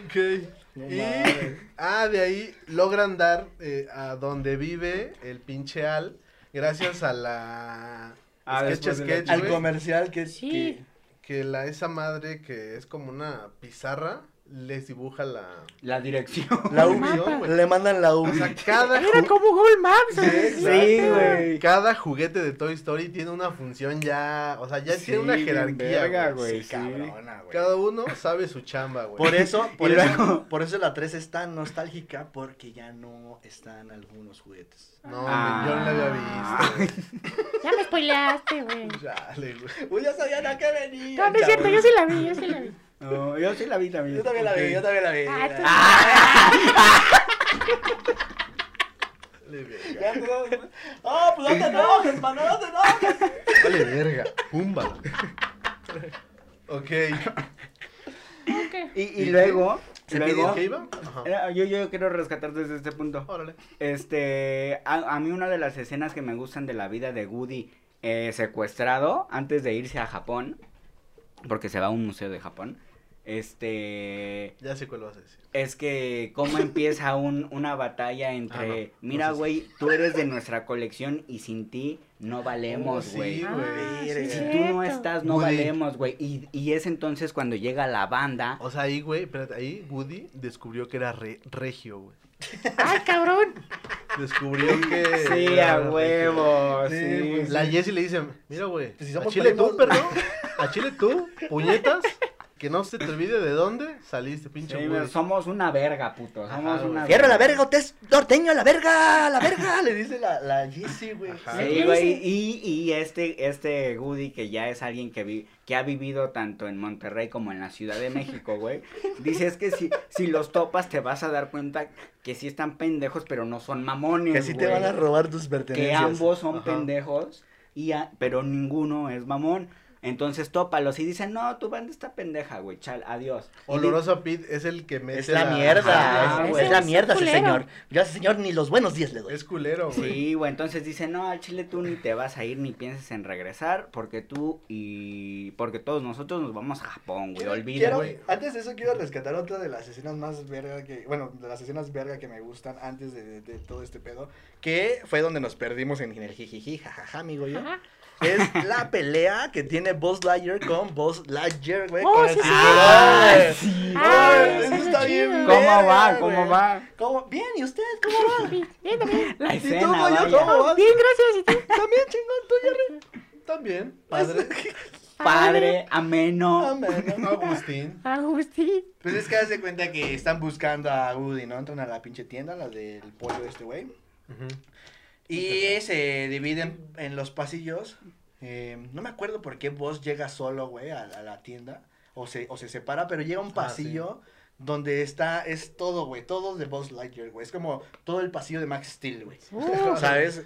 [SPEAKER 3] Ok.
[SPEAKER 5] No
[SPEAKER 3] y,
[SPEAKER 5] mames.
[SPEAKER 3] ah, de ahí logran dar eh, a donde vive el pinche Al, gracias a la...
[SPEAKER 4] Ah,
[SPEAKER 3] sketch
[SPEAKER 4] después de la-
[SPEAKER 3] sketch,
[SPEAKER 5] Al
[SPEAKER 3] güey,
[SPEAKER 5] comercial que,
[SPEAKER 2] Sí.
[SPEAKER 5] que-
[SPEAKER 3] que la, esa madre que es como una pizarra, les dibuja la...
[SPEAKER 4] La dirección.
[SPEAKER 5] la
[SPEAKER 3] El
[SPEAKER 5] ubi,
[SPEAKER 3] mapa.
[SPEAKER 5] ¿no? le mandan la
[SPEAKER 3] O
[SPEAKER 5] ubi.
[SPEAKER 3] sea, cada,
[SPEAKER 2] Era
[SPEAKER 3] ju-
[SPEAKER 2] como Google Maps.
[SPEAKER 3] Sí,
[SPEAKER 2] así.
[SPEAKER 3] exacto,
[SPEAKER 4] güey.
[SPEAKER 3] cada juguete de Toy Story tiene una función ya, o sea, ya
[SPEAKER 4] Sí,
[SPEAKER 3] tiene una
[SPEAKER 4] bien
[SPEAKER 3] jerarquía.
[SPEAKER 4] verga,
[SPEAKER 3] güey.
[SPEAKER 4] güey,
[SPEAKER 5] Sí,
[SPEAKER 4] sí.
[SPEAKER 5] cabrona, güey.
[SPEAKER 3] Cada uno sabe su chamba, güey.
[SPEAKER 5] Por eso, por,
[SPEAKER 4] Y
[SPEAKER 5] eso,
[SPEAKER 4] luego-
[SPEAKER 5] por eso la 3 es tan nostálgica, porque ya no están algunos juguetes.
[SPEAKER 3] No,
[SPEAKER 4] Ah.
[SPEAKER 3] yo no la había visto.
[SPEAKER 2] Ya me spoileaste, güey.
[SPEAKER 3] Chale, güey.
[SPEAKER 5] Uy, ya sabían a qué venía.
[SPEAKER 2] No, no es cierto, yo
[SPEAKER 5] cabrón.
[SPEAKER 2] sí la vi, yo sí la vi.
[SPEAKER 4] No, yo sí la vi también.
[SPEAKER 5] Yo también la
[SPEAKER 4] Ok.
[SPEAKER 5] vi, yo también la vi.
[SPEAKER 2] Ah, tú-
[SPEAKER 3] Vale, verga.
[SPEAKER 5] Ya, no, Ah, pues no te enojes, mano, no te enojes.
[SPEAKER 3] Vale, verga. Pumba. Ok.
[SPEAKER 4] Y, y luego.
[SPEAKER 3] ¿Se
[SPEAKER 4] luego-
[SPEAKER 3] pidió que iba? Ajá.
[SPEAKER 4] Eh, Yo, yo quiero rescatar desde este punto.
[SPEAKER 3] Órale.
[SPEAKER 4] Este, a, a mí una de las escenas que me gustan de la vida de Woody eh, secuestrado antes de irse a Japón, porque se va a un museo de Japón, este,
[SPEAKER 3] Ya sé cuál vas a decir.
[SPEAKER 4] es que cómo empieza un- una batalla entre,
[SPEAKER 3] Ah, no.
[SPEAKER 4] mira,
[SPEAKER 3] No sé si-
[SPEAKER 4] güey, tú eres de nuestra colección y sin ti no valemos,
[SPEAKER 3] Oh, sí,
[SPEAKER 4] güey.
[SPEAKER 2] Ah, sí,
[SPEAKER 5] Verga.
[SPEAKER 2] es
[SPEAKER 4] si tú no
[SPEAKER 2] cierto.
[SPEAKER 4] estás, no
[SPEAKER 3] Woody.
[SPEAKER 4] valemos, güey. Y, y es entonces cuando llega la banda.
[SPEAKER 3] O sea, ahí, güey, espérate, ahí Woody descubrió que era re- regio, güey.
[SPEAKER 2] Ay, Ah, cabrón.
[SPEAKER 3] Descubrió que.
[SPEAKER 4] Sí,
[SPEAKER 3] era
[SPEAKER 4] a
[SPEAKER 3] regio.
[SPEAKER 4] huevo,
[SPEAKER 5] Sí,
[SPEAKER 4] sí,
[SPEAKER 5] pues,
[SPEAKER 3] La Jessie le dice, mira, güey,
[SPEAKER 5] Pues si
[SPEAKER 3] a
[SPEAKER 5] somos
[SPEAKER 3] Chile
[SPEAKER 5] primos".
[SPEAKER 3] tú, perro, a Chile tú, puñetas, que no se te olvide de dónde saliste, pinche
[SPEAKER 4] Sí,
[SPEAKER 3] Woody.
[SPEAKER 4] somos una verga, puto.
[SPEAKER 3] Ajá,
[SPEAKER 4] Somos una
[SPEAKER 3] güey.
[SPEAKER 5] Fierro a la verga, usted es norteño a la verga, a la verga, le dice la, la Jessie, güey.
[SPEAKER 4] Sí,
[SPEAKER 3] Ajá.
[SPEAKER 2] ¿Qué
[SPEAKER 4] güey,
[SPEAKER 2] dice?
[SPEAKER 4] y, y este, este Woody, que ya es alguien que, vi- que ha vivido tanto en Monterrey como en la Ciudad de México, güey, dice es que si, si los topas te vas a dar cuenta que sí están pendejos, pero no son mamones,
[SPEAKER 5] Que sí te
[SPEAKER 4] güey.
[SPEAKER 5] van a robar tus
[SPEAKER 4] Que
[SPEAKER 5] pertenencias.
[SPEAKER 4] ambos son
[SPEAKER 3] Ajá.
[SPEAKER 4] pendejos, y a- pero ninguno es mamón. Entonces tópalos y dicen, no, tu banda está pendeja, güey, chal, adiós. Y di-
[SPEAKER 3] Oloroso a Pete es el que mete
[SPEAKER 5] Es la mierda, Ah,
[SPEAKER 4] Ajá,
[SPEAKER 5] es,
[SPEAKER 4] güey.
[SPEAKER 5] es la
[SPEAKER 2] Ah, Ese
[SPEAKER 5] mierda ese
[SPEAKER 2] culero.
[SPEAKER 5] señor. Yo a ese señor ni los buenos días le doy.
[SPEAKER 3] Es culero, güey.
[SPEAKER 4] Sí, güey, entonces dice, no, al Chile tú ni te vas a ir ni pienses en regresar porque tú y porque todos nosotros nos vamos a Japón, güey,
[SPEAKER 5] Quiero-
[SPEAKER 4] olvida,
[SPEAKER 5] quiero-
[SPEAKER 4] güey.
[SPEAKER 5] Antes de eso quiero rescatar otra de las escenas más verga que, bueno, de las escenas verga que me gustan antes de, de- de todo este pedo, que fue donde nos perdimos en el jijiji, jajaja, amigo yo.
[SPEAKER 2] Ajá.
[SPEAKER 5] Es la pelea que tiene Buzz Lightyear con Buzz Lightyear, güey.
[SPEAKER 2] Oh,
[SPEAKER 5] con
[SPEAKER 2] sí,
[SPEAKER 5] el-
[SPEAKER 2] sí.
[SPEAKER 5] ¡Ah!
[SPEAKER 4] sí.
[SPEAKER 5] Ah,
[SPEAKER 2] Ay,
[SPEAKER 5] eso
[SPEAKER 2] eso es
[SPEAKER 5] está
[SPEAKER 2] lo
[SPEAKER 5] bien.
[SPEAKER 2] chido.
[SPEAKER 4] ¿Cómo va?
[SPEAKER 5] verga,
[SPEAKER 4] ¿Cómo
[SPEAKER 5] güey.
[SPEAKER 4] va?
[SPEAKER 5] ¿Cómo? Bien, ¿y usted cómo va?
[SPEAKER 2] Sí, bien, también.
[SPEAKER 4] La
[SPEAKER 5] ¿Y tú,
[SPEAKER 4] escena,
[SPEAKER 5] Goyo,
[SPEAKER 4] vaya.
[SPEAKER 5] cómo vas?
[SPEAKER 2] Bien, gracias. ¿y tú?
[SPEAKER 5] También chingón, tú Jerry.
[SPEAKER 3] También, padre.
[SPEAKER 4] Padre, ameno.
[SPEAKER 5] Amén.
[SPEAKER 3] Agustín.
[SPEAKER 2] Agustín.
[SPEAKER 5] Pues es que hace cuenta que están buscando a Woody, ¿no? Entran a la pinche tienda, la del pollo de este güey. Y se dividen en los pasillos. Eh, no me acuerdo por qué Boss llega solo, güey, a, a la tienda. O se, o se separa, pero llega a un
[SPEAKER 3] Ah,
[SPEAKER 5] pasillo donde está, es todo, güey, todo de Boss Lightyear, güey. Es como todo el pasillo de Max Steel, güey.
[SPEAKER 2] Uh,
[SPEAKER 5] ¿Sabes?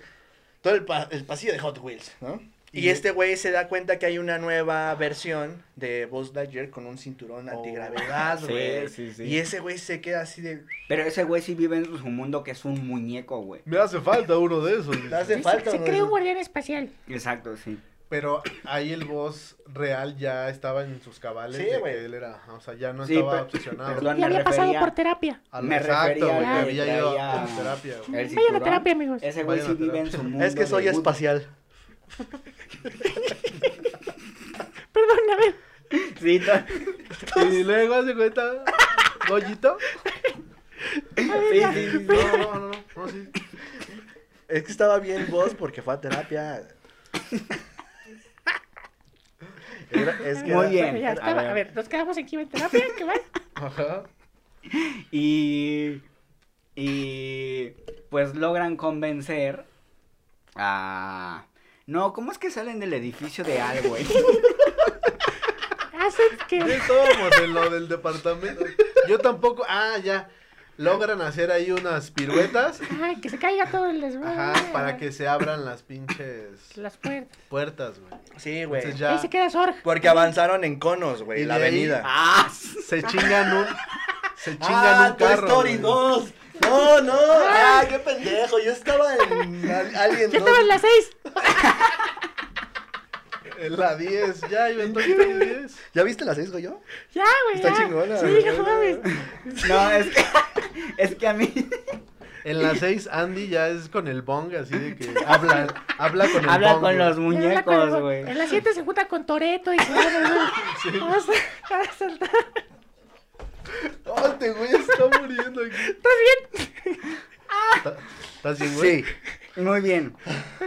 [SPEAKER 5] Todo el, pa- el pasillo de Hot Wheels, ¿no? Y
[SPEAKER 3] Y-
[SPEAKER 5] este güey se da cuenta que hay una nueva versión de Buzz Lightyear con un cinturón antigravedad, güey.
[SPEAKER 4] Oh. sí, sí.
[SPEAKER 5] Y ese güey se queda así de...
[SPEAKER 4] Pero ese güey sí vive en su mundo que es un muñeco, güey.
[SPEAKER 3] Me hace falta uno de esos.
[SPEAKER 5] Le hace
[SPEAKER 2] se,
[SPEAKER 5] falta,
[SPEAKER 2] se
[SPEAKER 5] ¿no?
[SPEAKER 2] cree un guardián espacial.
[SPEAKER 4] Exacto, sí.
[SPEAKER 3] Pero ahí el boss real ya estaba en sus cabales.
[SPEAKER 5] Sí,
[SPEAKER 3] de que
[SPEAKER 5] güey.
[SPEAKER 3] él era, o sea, ya no
[SPEAKER 4] Sí,
[SPEAKER 3] estaba
[SPEAKER 4] per-
[SPEAKER 3] obsesionado.
[SPEAKER 4] perdón,
[SPEAKER 2] Y
[SPEAKER 4] me
[SPEAKER 2] había pasado
[SPEAKER 4] refería
[SPEAKER 2] por terapia.
[SPEAKER 3] A lo
[SPEAKER 4] Me
[SPEAKER 3] exacto,
[SPEAKER 4] refería
[SPEAKER 3] güey, que
[SPEAKER 2] a-
[SPEAKER 3] había ido
[SPEAKER 4] traía-
[SPEAKER 3] a terapia, güey.
[SPEAKER 4] el
[SPEAKER 2] Vayan a
[SPEAKER 4] cinturón.
[SPEAKER 2] terapia, amigos.
[SPEAKER 4] Ese güey
[SPEAKER 3] Vayan
[SPEAKER 4] sí
[SPEAKER 3] a
[SPEAKER 4] vive en
[SPEAKER 3] terapia.
[SPEAKER 4] su mundo.
[SPEAKER 5] Es que
[SPEAKER 4] de
[SPEAKER 5] soy
[SPEAKER 4] Woody.
[SPEAKER 5] espacial.
[SPEAKER 2] Perdón, a ver.
[SPEAKER 4] Sí, to-
[SPEAKER 3] Y luego hace cuenta, Goyito.
[SPEAKER 4] sí, sí, sí, sí.
[SPEAKER 3] No, no, no, no, no, sí.
[SPEAKER 5] Es que estaba bien Buzz porque fue a terapia. Era- es que
[SPEAKER 4] Muy
[SPEAKER 5] era-
[SPEAKER 4] bien.
[SPEAKER 2] Bueno, ya
[SPEAKER 4] a
[SPEAKER 2] estaba.
[SPEAKER 4] ver.
[SPEAKER 2] A ver, nos quedamos aquí en terapia. ¿Qué va?
[SPEAKER 3] Ajá.
[SPEAKER 4] Y. Y. Pues logran convencer a. No, ¿cómo es que salen del edificio de eh? Al, güey?
[SPEAKER 2] Hacen que.
[SPEAKER 3] Ya estábamos en lo del departamento. Yo tampoco. Ah, ya. logran hacer ahí unas piruetas.
[SPEAKER 2] Ay, que se caiga todo el desmadre.
[SPEAKER 3] Ajá, para que se abran las pinches
[SPEAKER 2] Las puertas.
[SPEAKER 3] puertas, güey.
[SPEAKER 5] Sí, güey.
[SPEAKER 3] Entonces
[SPEAKER 2] Ahí
[SPEAKER 3] ya
[SPEAKER 2] se queda Sorg.
[SPEAKER 5] Porque avanzaron en conos,
[SPEAKER 3] Y
[SPEAKER 5] güey, la
[SPEAKER 3] de ahí-
[SPEAKER 5] avenida.
[SPEAKER 4] ¡Ah!
[SPEAKER 3] se chingan un. Se chingan
[SPEAKER 5] Ah,
[SPEAKER 3] un carro.
[SPEAKER 5] Toy Story
[SPEAKER 3] güey.
[SPEAKER 5] 2. No, no. Ah, qué pendejo. Yo estaba en al- Alien
[SPEAKER 2] Ya
[SPEAKER 5] 2.
[SPEAKER 2] estaba en las seis.
[SPEAKER 3] En la 10, ya, iba en Toy Story 10.
[SPEAKER 5] ¿Ya viste las 6, yo?
[SPEAKER 2] Ya, güey.
[SPEAKER 5] Está
[SPEAKER 2] ya.
[SPEAKER 5] chingona,
[SPEAKER 2] Sí,
[SPEAKER 5] güey.
[SPEAKER 2] no mames.
[SPEAKER 4] No, es que, es que a mí...
[SPEAKER 3] En la 6, Andy ya es con el bong, así de que habla, habla con el
[SPEAKER 4] Habla
[SPEAKER 3] bong,
[SPEAKER 4] con
[SPEAKER 3] güey.
[SPEAKER 4] los
[SPEAKER 2] Ya habla con
[SPEAKER 4] muñecos,
[SPEAKER 2] el-
[SPEAKER 4] güey.
[SPEAKER 2] En las siete se junta con Toreto y claro, güey. Vamos a- a saltar.
[SPEAKER 3] Oh, este güey está muriendo aquí. Ah. ¿Estás bien, güey?
[SPEAKER 5] Sí.
[SPEAKER 4] Muy bien.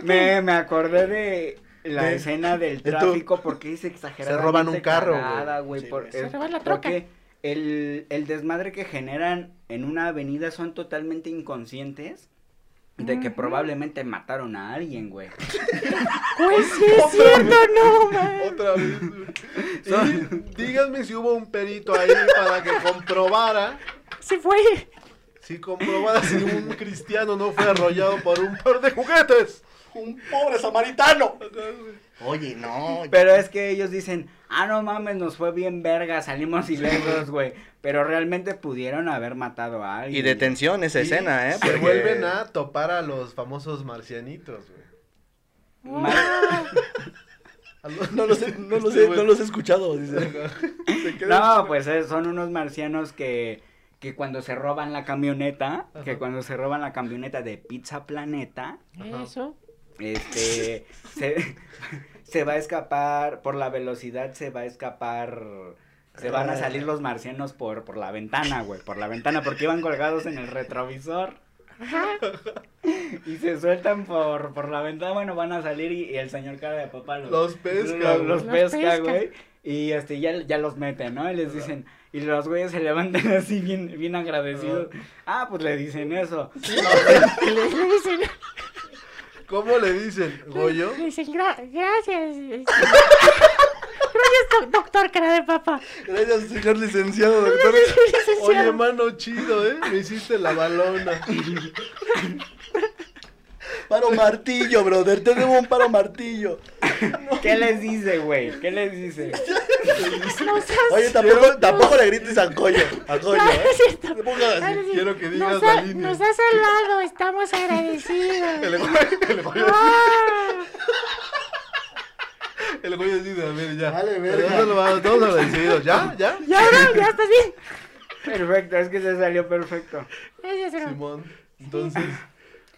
[SPEAKER 4] Me, me acordé de la
[SPEAKER 5] De-
[SPEAKER 4] escena del
[SPEAKER 5] de tú.
[SPEAKER 4] tráfico porque es exagerada.
[SPEAKER 3] Se roban un carro, güey.
[SPEAKER 4] güey.
[SPEAKER 5] Sí,
[SPEAKER 4] por-
[SPEAKER 5] güey.
[SPEAKER 2] Se
[SPEAKER 4] es-
[SPEAKER 2] roban la troca.
[SPEAKER 4] Porque el, el desmadre que generan en una avenida son totalmente inconscientes de que probablemente mataron a alguien, güey.
[SPEAKER 2] Güey, sí es cierto, no, man.
[SPEAKER 3] Otra vez, güey. Y díganme si hubo un perito ahí para que comprobara.
[SPEAKER 2] Sí fue.
[SPEAKER 3] Si comprobara si un cristiano no fue arrollado por un par de juguetes.
[SPEAKER 5] Un pobre samaritano. Oye, no.
[SPEAKER 4] Pero es que ellos dicen, ah, no mames, nos fue bien verga, salimos ilesos, güey. Pero realmente pudieron haber matado a alguien.
[SPEAKER 5] Y de tensión esa escena, ¿eh?
[SPEAKER 3] Se vuelven a topar a los famosos marcianitos, güey.
[SPEAKER 2] Ah,
[SPEAKER 3] A los-
[SPEAKER 5] No los, he- no, los
[SPEAKER 3] Este
[SPEAKER 5] he,
[SPEAKER 3] güey.
[SPEAKER 5] no los he escuchado. dice. Se quedan-
[SPEAKER 4] No, pues eh, son unos marcianos que, que cuando se roban la camioneta, que cuando se roban la camioneta de Pizza Planeta,
[SPEAKER 2] Eso.
[SPEAKER 4] este, se, se va a escapar, por la velocidad se va a escapar, se van a salir los marcianos por, por la ventana, güey, por la ventana, porque iban colgados en el retrovisor. Y se sueltan por, por la ventana, bueno, van a salir y, y el señor cara de papa los,
[SPEAKER 3] Los pesca,
[SPEAKER 4] lo- Los,
[SPEAKER 3] güey.
[SPEAKER 2] Los
[SPEAKER 4] pesca,
[SPEAKER 2] pesca.
[SPEAKER 4] güey. Y este, ya, ya los meten, ¿no? Y les dicen, y los güeyes se levantan así bien, bien agradecidos. Ah, pues le dicen eso.
[SPEAKER 2] Le le dicen,
[SPEAKER 3] ¿Cómo le dicen, Goyo?
[SPEAKER 2] le dicen, "Gra- gracias. este, Gracias, doc- doctor cara de papa.
[SPEAKER 5] Gracias, señor licenciado, doctor.
[SPEAKER 3] Oye, mano, chido, ¿eh? Me hiciste la balona.
[SPEAKER 5] Paro martillo, brother. Te debo un paro martillo.
[SPEAKER 4] ¿Qué les dice, güey? ¿Qué les dice?
[SPEAKER 2] No seas-
[SPEAKER 5] Oye, tampoco, tampoco le grites a Coyo. A Coyo,
[SPEAKER 2] No,
[SPEAKER 5] ¿eh?
[SPEAKER 2] es cierto.
[SPEAKER 5] Te pongas así.
[SPEAKER 2] Ah, no es
[SPEAKER 3] quiero
[SPEAKER 2] cierto.
[SPEAKER 3] que digas
[SPEAKER 2] nos
[SPEAKER 3] la
[SPEAKER 2] ha,
[SPEAKER 3] línea.
[SPEAKER 2] Nos ha salvado, estamos agradecidos.
[SPEAKER 3] El güey, el güey,
[SPEAKER 2] Ah,
[SPEAKER 3] el güey así de, a ver, ya.
[SPEAKER 5] Vale, verga.
[SPEAKER 3] Todos lo vamos- todos agradecidos. ¿Ya? ¿Ya?
[SPEAKER 2] y ahora ya estás bien.
[SPEAKER 4] Perfecto, es que se salió perfecto.
[SPEAKER 2] Gracias, hermano.
[SPEAKER 3] Simón. Entonces,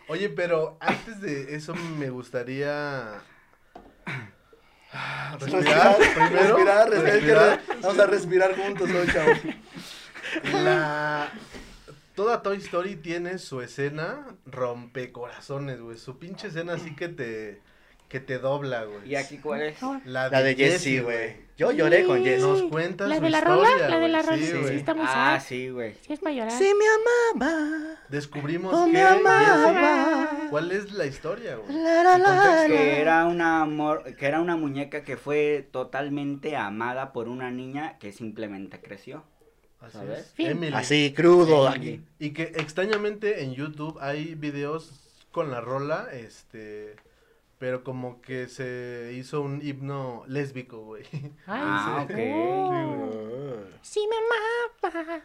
[SPEAKER 3] oye, pero antes de eso me gustaría respirar
[SPEAKER 5] Ah, Respirar,
[SPEAKER 3] primero.
[SPEAKER 5] respirar, respirar,
[SPEAKER 3] Respirar.
[SPEAKER 5] Vamos a respirar juntos, hoy, chavos.
[SPEAKER 3] La toda Toy Story tiene su escena rompecorazones, güey. Su pinche escena así que te que te dobla, güey.
[SPEAKER 4] ¿Y aquí cuál es?
[SPEAKER 3] La
[SPEAKER 5] La de Jessie,
[SPEAKER 3] Jessie,
[SPEAKER 5] güey. Yo lloré con
[SPEAKER 2] Sí.
[SPEAKER 5] Jessie.
[SPEAKER 3] Nos cuenta
[SPEAKER 2] ¿La
[SPEAKER 3] su
[SPEAKER 2] de la
[SPEAKER 3] historia,
[SPEAKER 2] rola? La de la
[SPEAKER 3] güey.
[SPEAKER 2] rola.
[SPEAKER 3] Sí,
[SPEAKER 2] Sí,
[SPEAKER 3] güey.
[SPEAKER 2] está muy
[SPEAKER 4] Ah,
[SPEAKER 2] sad.
[SPEAKER 4] sí, güey.
[SPEAKER 2] Sí, es para llorar.
[SPEAKER 5] Si me amaba,
[SPEAKER 3] Descubrimos
[SPEAKER 2] Oh,
[SPEAKER 5] no
[SPEAKER 3] que
[SPEAKER 5] me
[SPEAKER 3] ah,
[SPEAKER 5] amaba.
[SPEAKER 3] Jessie- ¿Cuál es la historia, güey?
[SPEAKER 5] La, la,
[SPEAKER 2] Ah,
[SPEAKER 5] la,
[SPEAKER 4] Pues Que
[SPEAKER 5] la.
[SPEAKER 4] era una amor, que era una muñeca que fue totalmente amada por una niña que simplemente creció.
[SPEAKER 3] Así
[SPEAKER 4] ¿Sabes?
[SPEAKER 3] es.
[SPEAKER 2] Fin.
[SPEAKER 3] Emily.
[SPEAKER 5] Así, crudo,
[SPEAKER 4] Emily.
[SPEAKER 5] aquí.
[SPEAKER 3] Y que extrañamente en YouTube hay videos con la rola, este, pero como que se hizo un himno lésbico, güey.
[SPEAKER 2] Ay,
[SPEAKER 4] Ah,
[SPEAKER 2] sí.
[SPEAKER 4] ok.
[SPEAKER 2] Oh. Sí me amaba.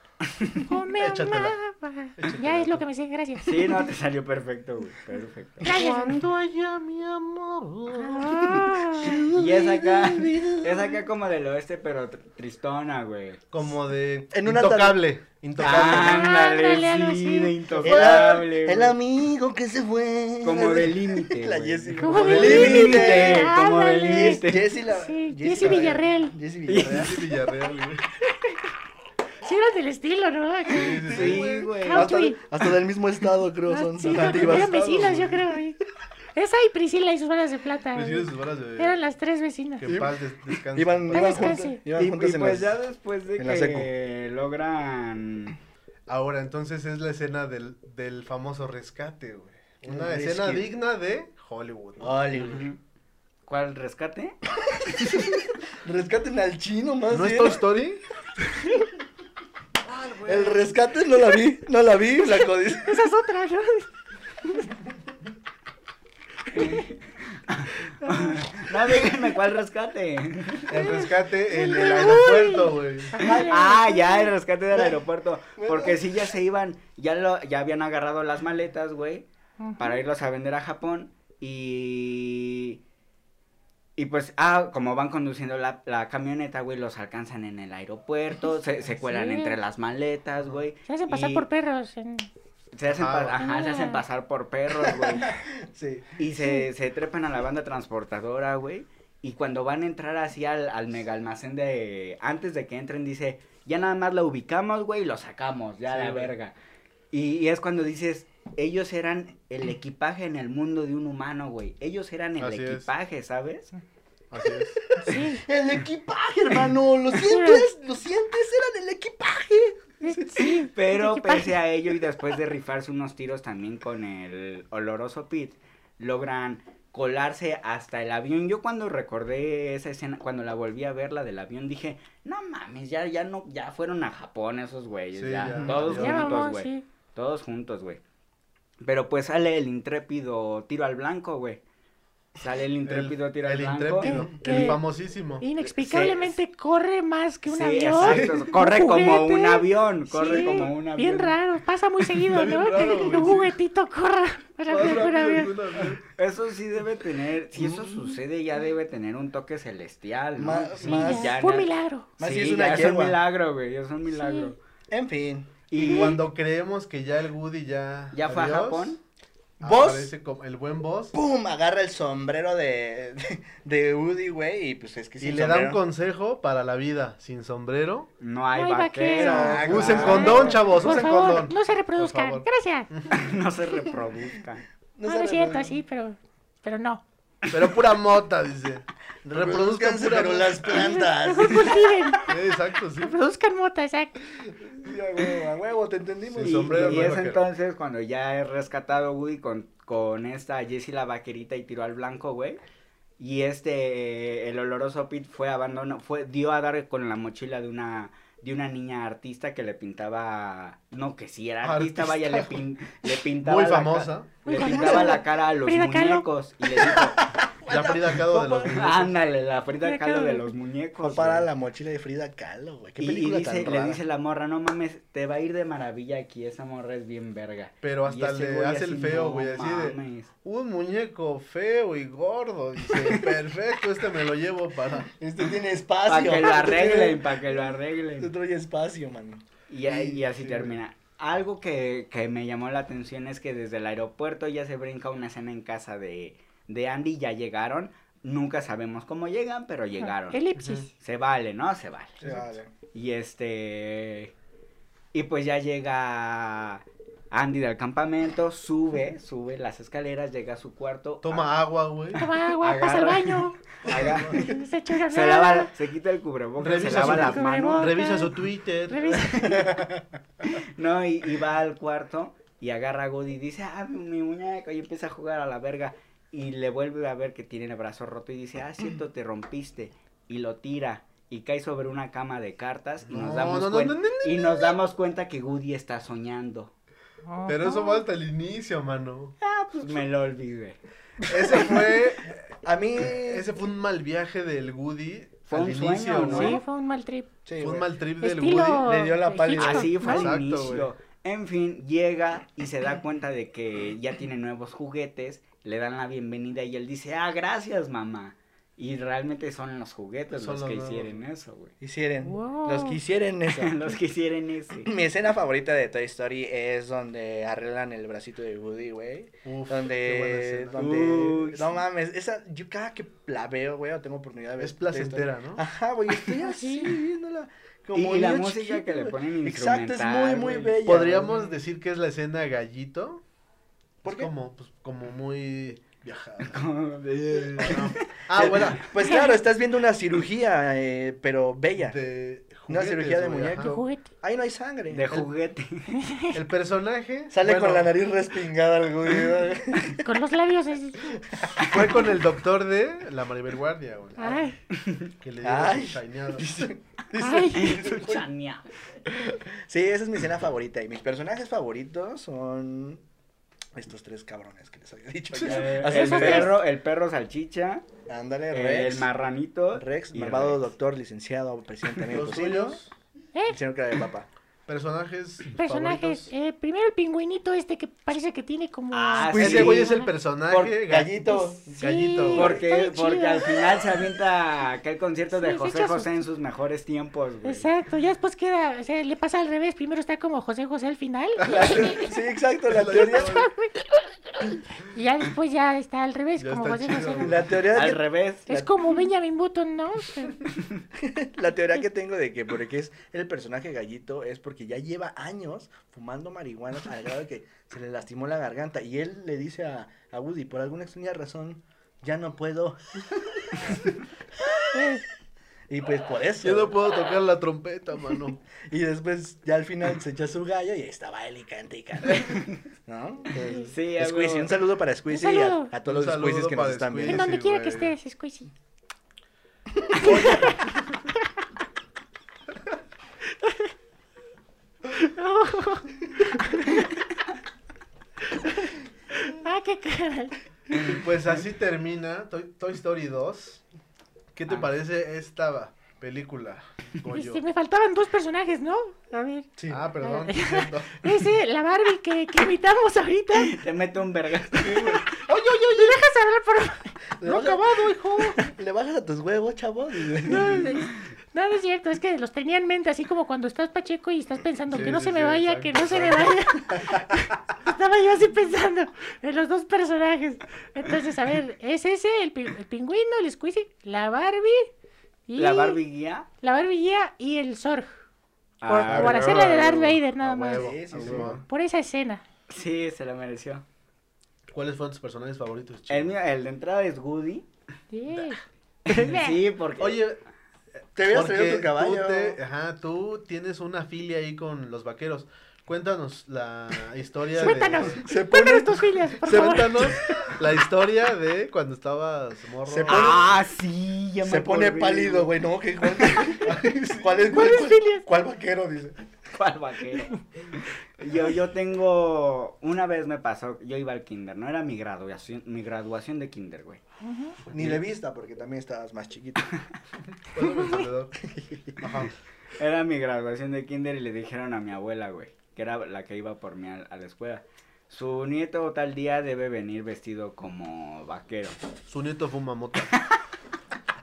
[SPEAKER 2] Oh, me
[SPEAKER 3] Échatela.
[SPEAKER 2] amaba. Ya es lo que me sé, gracias.
[SPEAKER 4] Sí, no, te salió perfecto, güey. Perfecto.
[SPEAKER 2] Gracias.
[SPEAKER 3] ella, mi amor.
[SPEAKER 2] Ah.
[SPEAKER 4] Y es acá, es acá como del oeste, pero tr- tristona, güey.
[SPEAKER 3] Como de
[SPEAKER 5] En una Ah.
[SPEAKER 3] intocable, intocable.
[SPEAKER 2] Ándale, algo
[SPEAKER 4] Ándale,
[SPEAKER 2] así.
[SPEAKER 4] sí, de
[SPEAKER 5] Era
[SPEAKER 4] intocable.
[SPEAKER 5] el
[SPEAKER 4] güey.
[SPEAKER 5] amigo que se fue.
[SPEAKER 4] Como de límite.
[SPEAKER 5] La
[SPEAKER 4] güey.
[SPEAKER 5] Jessie.
[SPEAKER 2] Como de límite,
[SPEAKER 4] Como de
[SPEAKER 2] ándale.
[SPEAKER 4] límite.
[SPEAKER 5] Jessie la.
[SPEAKER 2] Sí, Jessie Villarreal.
[SPEAKER 5] Jessie Villarreal.
[SPEAKER 3] Sí, Villarreal, güey.
[SPEAKER 2] Sí, era del estilo, ¿no? Que-
[SPEAKER 4] Sí, güey.
[SPEAKER 2] Ah,
[SPEAKER 5] Hasta,
[SPEAKER 2] Chuy.
[SPEAKER 5] hasta del mismo estado, creo,
[SPEAKER 2] Ah,
[SPEAKER 5] son
[SPEAKER 2] sí,
[SPEAKER 5] nativas.
[SPEAKER 2] eran vecinas, yo creo. ahí. Esa y Priscila y sus balas de plata.
[SPEAKER 3] Me
[SPEAKER 2] güey.
[SPEAKER 3] sirve sus varas Pues de-
[SPEAKER 2] Eran las tres vecinas.
[SPEAKER 3] Que en paz des- descanse.
[SPEAKER 5] Iban,
[SPEAKER 2] Pero
[SPEAKER 5] iban
[SPEAKER 2] es que
[SPEAKER 5] juntas,
[SPEAKER 2] sí.
[SPEAKER 5] iban
[SPEAKER 4] Y, y
[SPEAKER 5] juntas en
[SPEAKER 4] pues
[SPEAKER 5] las-
[SPEAKER 4] ya después de
[SPEAKER 5] en la
[SPEAKER 4] que logran
[SPEAKER 3] Ahora, entonces es la escena del, del famoso rescate, güey. Una
[SPEAKER 5] El
[SPEAKER 3] escena
[SPEAKER 5] rescue.
[SPEAKER 3] digna de Hollywood.
[SPEAKER 5] Ah,
[SPEAKER 3] ¿no?
[SPEAKER 5] Hollywood.
[SPEAKER 4] ¿Cuál rescate?
[SPEAKER 5] Rescaten al chino más
[SPEAKER 3] ¿No es
[SPEAKER 5] bien.
[SPEAKER 3] Toy Story?
[SPEAKER 2] güey.
[SPEAKER 5] El rescate no la vi, no la vi, Blanco. dice.
[SPEAKER 2] Esa es otra, ¿no?
[SPEAKER 4] No, díganme cuál rescate.
[SPEAKER 3] El rescate en el aeropuerto, güey.
[SPEAKER 4] Ah, ya, el rescate del aeropuerto. Porque sí, ya se iban, ya, lo, ya habían agarrado las maletas, güey, para irlos a vender a Japón. Y. Y pues, ah, como van conduciendo la, la camioneta, güey, los alcanzan en el aeropuerto, se, se cuelan
[SPEAKER 2] Sí.
[SPEAKER 4] entre las maletas, güey.
[SPEAKER 2] Se hacen pasar
[SPEAKER 4] y
[SPEAKER 2] por perros. en-
[SPEAKER 4] Se hacen,
[SPEAKER 3] Ajá.
[SPEAKER 4] pa- ajá, se hacen pasar por perros, güey.
[SPEAKER 5] Sí.
[SPEAKER 4] Y se, se trepan a la banda transportadora, güey. Y cuando van a entrar así al, al mega almacén de... Antes de que entren, dice, ya nada más la ubicamos, güey, y lo sacamos, ya
[SPEAKER 3] Sí,
[SPEAKER 4] la
[SPEAKER 3] güey.
[SPEAKER 4] verga. Y, y es cuando dices, ellos eran el equipaje en el mundo de un humano, güey. Ellos eran el
[SPEAKER 3] Así es.
[SPEAKER 4] equipaje, ¿sabes?
[SPEAKER 3] Así es.
[SPEAKER 2] Sí.
[SPEAKER 5] El equipaje, hermano. Los sientes, los sientes eran el equipaje.
[SPEAKER 2] Sí.
[SPEAKER 4] Pero
[SPEAKER 2] equipaje.
[SPEAKER 4] pese a ello y después de rifarse unos tiros también con el oloroso Pit, logran colarse hasta el avión. Yo cuando recordé esa escena, cuando la volví a ver, la del avión, dije, no mames, ya, ya no, ya fueron a Japón esos güeyes,
[SPEAKER 3] Sí,
[SPEAKER 4] ya,
[SPEAKER 3] ya,
[SPEAKER 4] todos
[SPEAKER 3] ya.
[SPEAKER 2] Ya
[SPEAKER 4] juntos,
[SPEAKER 2] vamos,
[SPEAKER 4] güey.
[SPEAKER 2] sí.
[SPEAKER 4] Todos juntos, güey. Pero pues sale el intrépido tiro al blanco, güey. Sale el intrépido tiro al
[SPEAKER 3] el
[SPEAKER 4] blanco.
[SPEAKER 3] intrépido,
[SPEAKER 2] ¿Qué?
[SPEAKER 3] el famosísimo.
[SPEAKER 2] Inexplicablemente corre más que un
[SPEAKER 4] Eh, Sí,
[SPEAKER 2] avión.
[SPEAKER 4] exacto,
[SPEAKER 2] un
[SPEAKER 4] Corre como un
[SPEAKER 2] juguete.
[SPEAKER 4] avión, corre
[SPEAKER 2] Sí,
[SPEAKER 4] como un avión.
[SPEAKER 2] Bien raro, pasa muy seguido,
[SPEAKER 3] Está
[SPEAKER 2] ¿no?
[SPEAKER 3] bien raro,
[SPEAKER 2] que
[SPEAKER 3] güey,
[SPEAKER 2] un
[SPEAKER 3] sí.
[SPEAKER 2] juguetito corra más
[SPEAKER 3] Más
[SPEAKER 2] rápido que un
[SPEAKER 3] rápido que
[SPEAKER 2] avión.
[SPEAKER 3] un avión.
[SPEAKER 4] Eso sí debe tener, si eso sucede ya debe tener un toque celestial, ¿no?
[SPEAKER 5] Más-
[SPEAKER 4] Sí,
[SPEAKER 5] más-
[SPEAKER 4] ya
[SPEAKER 2] Fue un
[SPEAKER 4] no-
[SPEAKER 2] milagro.
[SPEAKER 5] Más
[SPEAKER 4] sí,
[SPEAKER 5] si es una
[SPEAKER 4] ya es un
[SPEAKER 5] yegua.
[SPEAKER 4] milagro, güey, es un milagro.
[SPEAKER 5] En fin.
[SPEAKER 3] Y cuando creemos que ya el Woody ya.
[SPEAKER 4] ¿Ya fue a
[SPEAKER 3] adiós,
[SPEAKER 4] Japón?
[SPEAKER 3] Ah,
[SPEAKER 5] ¿Vos?
[SPEAKER 3] aparece como el buen boss.
[SPEAKER 5] ¡Pum! Agarra el sombrero de, de, de Woody, güey. Y pues es que
[SPEAKER 3] Y le da un consejo para la vida. Sin sombrero.
[SPEAKER 4] No hay
[SPEAKER 2] No hay
[SPEAKER 4] vaquero.
[SPEAKER 5] vaquero.
[SPEAKER 4] güey.
[SPEAKER 3] Usen condón, chavos.
[SPEAKER 2] Por
[SPEAKER 3] Usen
[SPEAKER 2] favor,
[SPEAKER 3] condón.
[SPEAKER 2] no se reproduzcan.
[SPEAKER 3] favor.
[SPEAKER 2] Gracias.
[SPEAKER 4] no se reproduzca.
[SPEAKER 2] Ah, No, no es cierto, sí, pero, pero no.
[SPEAKER 3] Pero pura mota, dice. Reproduzcan pura
[SPEAKER 5] pero
[SPEAKER 3] mota.
[SPEAKER 5] las plantas.
[SPEAKER 2] Mejor cultiven.
[SPEAKER 3] Eh, Exacto, sí.
[SPEAKER 2] Reproduzcan mota, exacto.
[SPEAKER 5] Sí, a huevo, a huevo, te entendimos.
[SPEAKER 3] Sí,
[SPEAKER 4] Y,
[SPEAKER 3] sombrero,
[SPEAKER 4] y
[SPEAKER 3] no hay
[SPEAKER 4] es
[SPEAKER 3] vaquero.
[SPEAKER 4] entonces cuando ya es rescatado Woody con, con esta Jessie la vaquerita y tiró al blanco, güey. Y este, el oloroso Pete fue abandonado, fue, dio a dar con la mochila de una, de una niña artista que le pintaba, no, que sí era artista,
[SPEAKER 3] Artista,
[SPEAKER 4] vaya, le, pin- le pintaba.
[SPEAKER 3] Muy
[SPEAKER 4] la ca-
[SPEAKER 3] famosa.
[SPEAKER 2] Muy
[SPEAKER 4] le
[SPEAKER 2] famosa.
[SPEAKER 4] pintaba la cara a los
[SPEAKER 2] Frida Kahlo.
[SPEAKER 4] muñecos y le dijo,
[SPEAKER 3] La Frida Kahlo de los niños.
[SPEAKER 4] ándale, la Frida
[SPEAKER 2] Frida
[SPEAKER 4] Kahlo de
[SPEAKER 2] Kahlo.
[SPEAKER 4] los muñecos.
[SPEAKER 5] No para
[SPEAKER 4] pues, güey".
[SPEAKER 5] la mochila de Frida Kahlo, güey. Qué
[SPEAKER 4] Y- y
[SPEAKER 5] película
[SPEAKER 4] dice-
[SPEAKER 5] tan
[SPEAKER 4] le
[SPEAKER 5] rara.
[SPEAKER 4] dice la morra, no mames, te va a ir de maravilla aquí, esa morra es bien verga.
[SPEAKER 3] Pero
[SPEAKER 4] Y
[SPEAKER 3] hasta
[SPEAKER 4] ese
[SPEAKER 3] le
[SPEAKER 4] güey
[SPEAKER 3] hace el
[SPEAKER 4] así,
[SPEAKER 3] feo,
[SPEAKER 4] "No
[SPEAKER 3] güey, así de-
[SPEAKER 4] mames".
[SPEAKER 3] Un muñeco feo y gordo. Dice, perfecto, este me lo llevo para.
[SPEAKER 5] Este tiene espacio.
[SPEAKER 4] Para que lo
[SPEAKER 5] Este
[SPEAKER 4] arreglen,
[SPEAKER 5] tiene-
[SPEAKER 4] para que lo
[SPEAKER 5] Este
[SPEAKER 4] arreglen.
[SPEAKER 5] trae espacio, mano.
[SPEAKER 4] Y, ahí- y así
[SPEAKER 3] Sí, güey.
[SPEAKER 4] termina. Algo que, que me llamó la atención es que desde el aeropuerto ya se brinca una escena en casa de, de Andy, ya llegaron. Nunca sabemos cómo llegan, pero llegaron.
[SPEAKER 2] Elipsis.
[SPEAKER 4] Se vale, ¿no? Se vale.
[SPEAKER 5] Sí, vale.
[SPEAKER 4] Y este. Y pues ya llega Andy del campamento, sube, sube las escaleras, llega a su cuarto.
[SPEAKER 2] Ah.
[SPEAKER 3] Toma agua, güey.
[SPEAKER 2] Toma agua, pasa al
[SPEAKER 4] Agarra.
[SPEAKER 2] baño.
[SPEAKER 4] agarra-
[SPEAKER 2] Se echa una
[SPEAKER 4] se lava, se quita el cubrebocas, se
[SPEAKER 3] Revisa
[SPEAKER 4] lava
[SPEAKER 3] su-
[SPEAKER 4] las manos.
[SPEAKER 3] Revisa su Twitter.
[SPEAKER 2] Revisa.
[SPEAKER 4] No, y, y va al cuarto y agarra a Goody y dice, ah, mi, mi muñeco, y empieza a jugar a la verga. Y le vuelve a ver que tiene el brazo roto y dice, ah, cierto, te rompiste. Y lo tira y cae sobre una cama de cartas y nos
[SPEAKER 3] No,
[SPEAKER 4] damos,
[SPEAKER 3] no, no,
[SPEAKER 4] cuenta,
[SPEAKER 3] no, no,
[SPEAKER 4] y nos damos cuenta que Goody está soñando.
[SPEAKER 3] Pero eso fue hasta el inicio, mano.
[SPEAKER 4] Ah, pues me lo olvidé.
[SPEAKER 3] Ese fue.
[SPEAKER 5] A mí.
[SPEAKER 3] Ese fue un mal viaje del Woody.
[SPEAKER 4] Fue
[SPEAKER 3] al
[SPEAKER 4] un sueño,
[SPEAKER 3] inicio,
[SPEAKER 4] ¿no?
[SPEAKER 2] Sí, fue un mal trip.
[SPEAKER 5] Sí,
[SPEAKER 3] Fue un
[SPEAKER 5] güey.
[SPEAKER 3] Pues mal trip del
[SPEAKER 2] Estilo-
[SPEAKER 3] Woody. Ah,
[SPEAKER 5] Le dio la
[SPEAKER 2] de
[SPEAKER 5] pálida.
[SPEAKER 2] Hitchcock,
[SPEAKER 4] Así fue
[SPEAKER 3] ¿no?
[SPEAKER 4] el
[SPEAKER 3] Exacto,
[SPEAKER 4] inicio. En fin, llega y se da cuenta de que ya tiene nuevos juguetes, le dan la bienvenida y él dice, ah, gracias, mamá. Y realmente son los juguetes
[SPEAKER 3] Son
[SPEAKER 4] los,
[SPEAKER 3] los
[SPEAKER 4] que
[SPEAKER 3] nuevos.
[SPEAKER 4] hicieron eso, güey.
[SPEAKER 5] Hicieren.
[SPEAKER 2] Wow.
[SPEAKER 5] Los que hicieron eso.
[SPEAKER 4] los que hicieron ese.
[SPEAKER 5] Mi escena favorita de Toy Story es donde arreglan el bracito de Woody, güey.
[SPEAKER 3] Uf, qué buena
[SPEAKER 5] Donde,
[SPEAKER 3] escena.
[SPEAKER 5] donde,
[SPEAKER 4] Uy,
[SPEAKER 5] no
[SPEAKER 4] sí.
[SPEAKER 5] mames, esa, yo cada que la veo, güey, o tengo oportunidad de ver.
[SPEAKER 3] Es placentera,
[SPEAKER 5] Toy Story.
[SPEAKER 3] ¿no?
[SPEAKER 5] Ajá, güey, estoy así viéndola. Como
[SPEAKER 4] Y la
[SPEAKER 5] niño
[SPEAKER 4] música que le
[SPEAKER 5] güey.
[SPEAKER 4] ponen
[SPEAKER 5] Exacto, es muy,
[SPEAKER 4] instrumental,
[SPEAKER 5] muy
[SPEAKER 4] güey.
[SPEAKER 5] bella.
[SPEAKER 3] Podríamos
[SPEAKER 5] güey.
[SPEAKER 3] decir que es la escena gallito.
[SPEAKER 5] ¿Por
[SPEAKER 3] es
[SPEAKER 5] qué?
[SPEAKER 3] como, pues, como muy viajada.
[SPEAKER 4] Como de-
[SPEAKER 3] Ah, bueno.
[SPEAKER 5] Pues claro, estás viendo una cirugía, eh, pero bella.
[SPEAKER 3] De
[SPEAKER 5] Una
[SPEAKER 3] juguetes,
[SPEAKER 5] cirugía de
[SPEAKER 3] güey, ajá.
[SPEAKER 4] Ah.
[SPEAKER 5] muñeco.
[SPEAKER 2] Juguete.
[SPEAKER 5] Ahí no hay sangre.
[SPEAKER 4] De juguete.
[SPEAKER 3] El personaje
[SPEAKER 5] Sale
[SPEAKER 3] bueno,
[SPEAKER 5] con la nariz respingada el güey. ¿verdad?
[SPEAKER 2] Con los labios así.
[SPEAKER 3] fue con el doctor de la Maribel Guardia, güey.
[SPEAKER 2] Ay,
[SPEAKER 3] Que le
[SPEAKER 5] Ay.
[SPEAKER 3] dio su chañada.
[SPEAKER 5] Dice-
[SPEAKER 2] ay.
[SPEAKER 4] Chanea.
[SPEAKER 5] Sí, esa es mi escena favorita. Y mis personajes favoritos son estos tres cabrones que les había dicho.
[SPEAKER 4] Eh,
[SPEAKER 5] ya.
[SPEAKER 4] el
[SPEAKER 5] Así es.
[SPEAKER 4] perro, el perro salchicha,
[SPEAKER 5] Ándale, Rex.
[SPEAKER 4] el marranito.
[SPEAKER 5] Rex,
[SPEAKER 4] y
[SPEAKER 5] malvado
[SPEAKER 4] Rex.
[SPEAKER 5] doctor, licenciado, presidente amigo.
[SPEAKER 3] Los
[SPEAKER 5] posible.
[SPEAKER 3] suyos,
[SPEAKER 5] El señor cara de papa.
[SPEAKER 3] personajes.
[SPEAKER 2] Personajes.
[SPEAKER 3] favoritos.
[SPEAKER 2] Eh, primero el pingüinito este que parece que tiene como.
[SPEAKER 4] Ah,
[SPEAKER 3] Pues ese
[SPEAKER 4] sí.
[SPEAKER 3] güey es el
[SPEAKER 5] Por-
[SPEAKER 3] personaje. ga-
[SPEAKER 5] gallito.
[SPEAKER 2] Sí,
[SPEAKER 3] Gallito.
[SPEAKER 2] está
[SPEAKER 4] Porque,
[SPEAKER 2] bien
[SPEAKER 4] porque
[SPEAKER 2] chido.
[SPEAKER 4] al final se avienta aquel concierto
[SPEAKER 2] Sí,
[SPEAKER 4] de
[SPEAKER 2] se
[SPEAKER 4] José
[SPEAKER 2] echa su-
[SPEAKER 4] José en sus mejores tiempos, güey.
[SPEAKER 2] Exacto, ya después queda, o sea, le pasa al revés, primero está como José José al final
[SPEAKER 5] La te- sí, exacto, la
[SPEAKER 3] La-
[SPEAKER 5] teoría.
[SPEAKER 2] y ya después ya está al revés,
[SPEAKER 3] Ya
[SPEAKER 2] como
[SPEAKER 3] está
[SPEAKER 2] José
[SPEAKER 3] chido,
[SPEAKER 2] José.
[SPEAKER 3] güey.
[SPEAKER 5] La teoría,
[SPEAKER 4] Al
[SPEAKER 5] que,
[SPEAKER 4] revés.
[SPEAKER 2] Es como Benjamin Button, ¿no?
[SPEAKER 5] la teoría que tengo de que porque es el personaje gallito es porque ya lleva años fumando marihuana al grado de que se le lastimó la garganta y él le dice a, a Woody por alguna extraña razón ya no puedo
[SPEAKER 2] eh,
[SPEAKER 5] y pues por eso
[SPEAKER 3] Yo no puedo tocar la trompeta, mano.
[SPEAKER 5] y después ya al final se echa su gallo y ahí estaba él y canta y canta ¿no? El-
[SPEAKER 4] Sí, a huevo.
[SPEAKER 5] Squeezy, un saludo para Squeezy y a,
[SPEAKER 2] saludo.
[SPEAKER 5] a todos los
[SPEAKER 3] Un saludo
[SPEAKER 5] Squeezys que nos
[SPEAKER 3] para
[SPEAKER 5] están
[SPEAKER 3] Squeezy.
[SPEAKER 2] en
[SPEAKER 5] viendo
[SPEAKER 2] donde
[SPEAKER 3] sí,
[SPEAKER 2] quiera
[SPEAKER 3] güey.
[SPEAKER 2] que estés, Squeezy. ah, qué cara.
[SPEAKER 3] Y pues así termina Toy, Toy Story 2. ¿Qué te
[SPEAKER 4] Ah.
[SPEAKER 3] parece esta película, Goyo?
[SPEAKER 2] Este, me faltaban dos personajes, ¿no? A ver.
[SPEAKER 5] Sí.
[SPEAKER 3] Ah, perdón.
[SPEAKER 2] Ah.
[SPEAKER 3] sí, cierto.
[SPEAKER 2] Ese, la Barbie que, que imitamos ahorita. ¿Me
[SPEAKER 4] Te mete un verga.
[SPEAKER 2] dejas hablar por favor?
[SPEAKER 5] Le bajas-
[SPEAKER 2] acabado, hijo.
[SPEAKER 5] le bajas a tus huevos chavos
[SPEAKER 2] No, es- no, no es cierto, es que los tenía en mente, así como cuando estás Pacheco y estás pensando
[SPEAKER 3] Sí,
[SPEAKER 2] que no
[SPEAKER 3] sí,
[SPEAKER 2] se me
[SPEAKER 3] sí,
[SPEAKER 2] vaya,
[SPEAKER 3] exacto,
[SPEAKER 2] que no se me vaya. Estaba yo así pensando en los dos personajes. Entonces, a ver, es ese, el, pi- el pingüino, el squeezy, la Barbie. Y
[SPEAKER 4] La Barbie guía.
[SPEAKER 2] La Barbie guía y el Zorg. Por,
[SPEAKER 4] Ah,
[SPEAKER 2] por
[SPEAKER 3] huevo,
[SPEAKER 2] hacerla de
[SPEAKER 3] a
[SPEAKER 2] Darth
[SPEAKER 3] huevo,
[SPEAKER 2] Vader, nada
[SPEAKER 3] a
[SPEAKER 2] más.
[SPEAKER 3] huevo,
[SPEAKER 5] Sí, sí,
[SPEAKER 3] a
[SPEAKER 5] sí.
[SPEAKER 3] huevo.
[SPEAKER 2] Por esa escena.
[SPEAKER 4] Sí, se la mereció.
[SPEAKER 3] ¿Cuáles fueron tus personajes favoritos, chico?
[SPEAKER 4] El mío, el de entrada es Woody.
[SPEAKER 2] Sí.
[SPEAKER 4] Sí, porque.
[SPEAKER 3] Oye,
[SPEAKER 5] te habías
[SPEAKER 3] porque
[SPEAKER 5] traído tu caballo
[SPEAKER 3] Tú te- ajá, tú tienes una filia ahí con los vaqueros. Cuéntanos la historia
[SPEAKER 2] Cuéntanos,
[SPEAKER 3] de...
[SPEAKER 5] se
[SPEAKER 2] cuéntanos tus filas, por
[SPEAKER 3] Se-
[SPEAKER 2] favor.
[SPEAKER 3] Cuéntanos la historia de cuando estabas morro.
[SPEAKER 5] Se pone-
[SPEAKER 4] Ah, sí, ya me
[SPEAKER 5] Se pone
[SPEAKER 4] acordé.
[SPEAKER 5] pálido, güey, no, que cuál, cuál es,
[SPEAKER 2] ¿Cuál
[SPEAKER 5] cuál,
[SPEAKER 2] es Phileas?
[SPEAKER 5] cuál vaquero, dice.
[SPEAKER 4] ¿Cuál vaquero? Yo, yo tengo, una vez me pasó, yo iba al kinder, no era mi graduación, mi graduación de kinder, güey.
[SPEAKER 5] Ni le vista, porque también estabas más chiquito.
[SPEAKER 3] Ponme el encendedor. Ajá.
[SPEAKER 4] Era mi graduación de kinder y le dijeron a mi abuela, güey, que era la que iba por mí a, a la escuela. Su nieto tal día debe venir vestido como vaquero.
[SPEAKER 3] Su nieto fuma mota.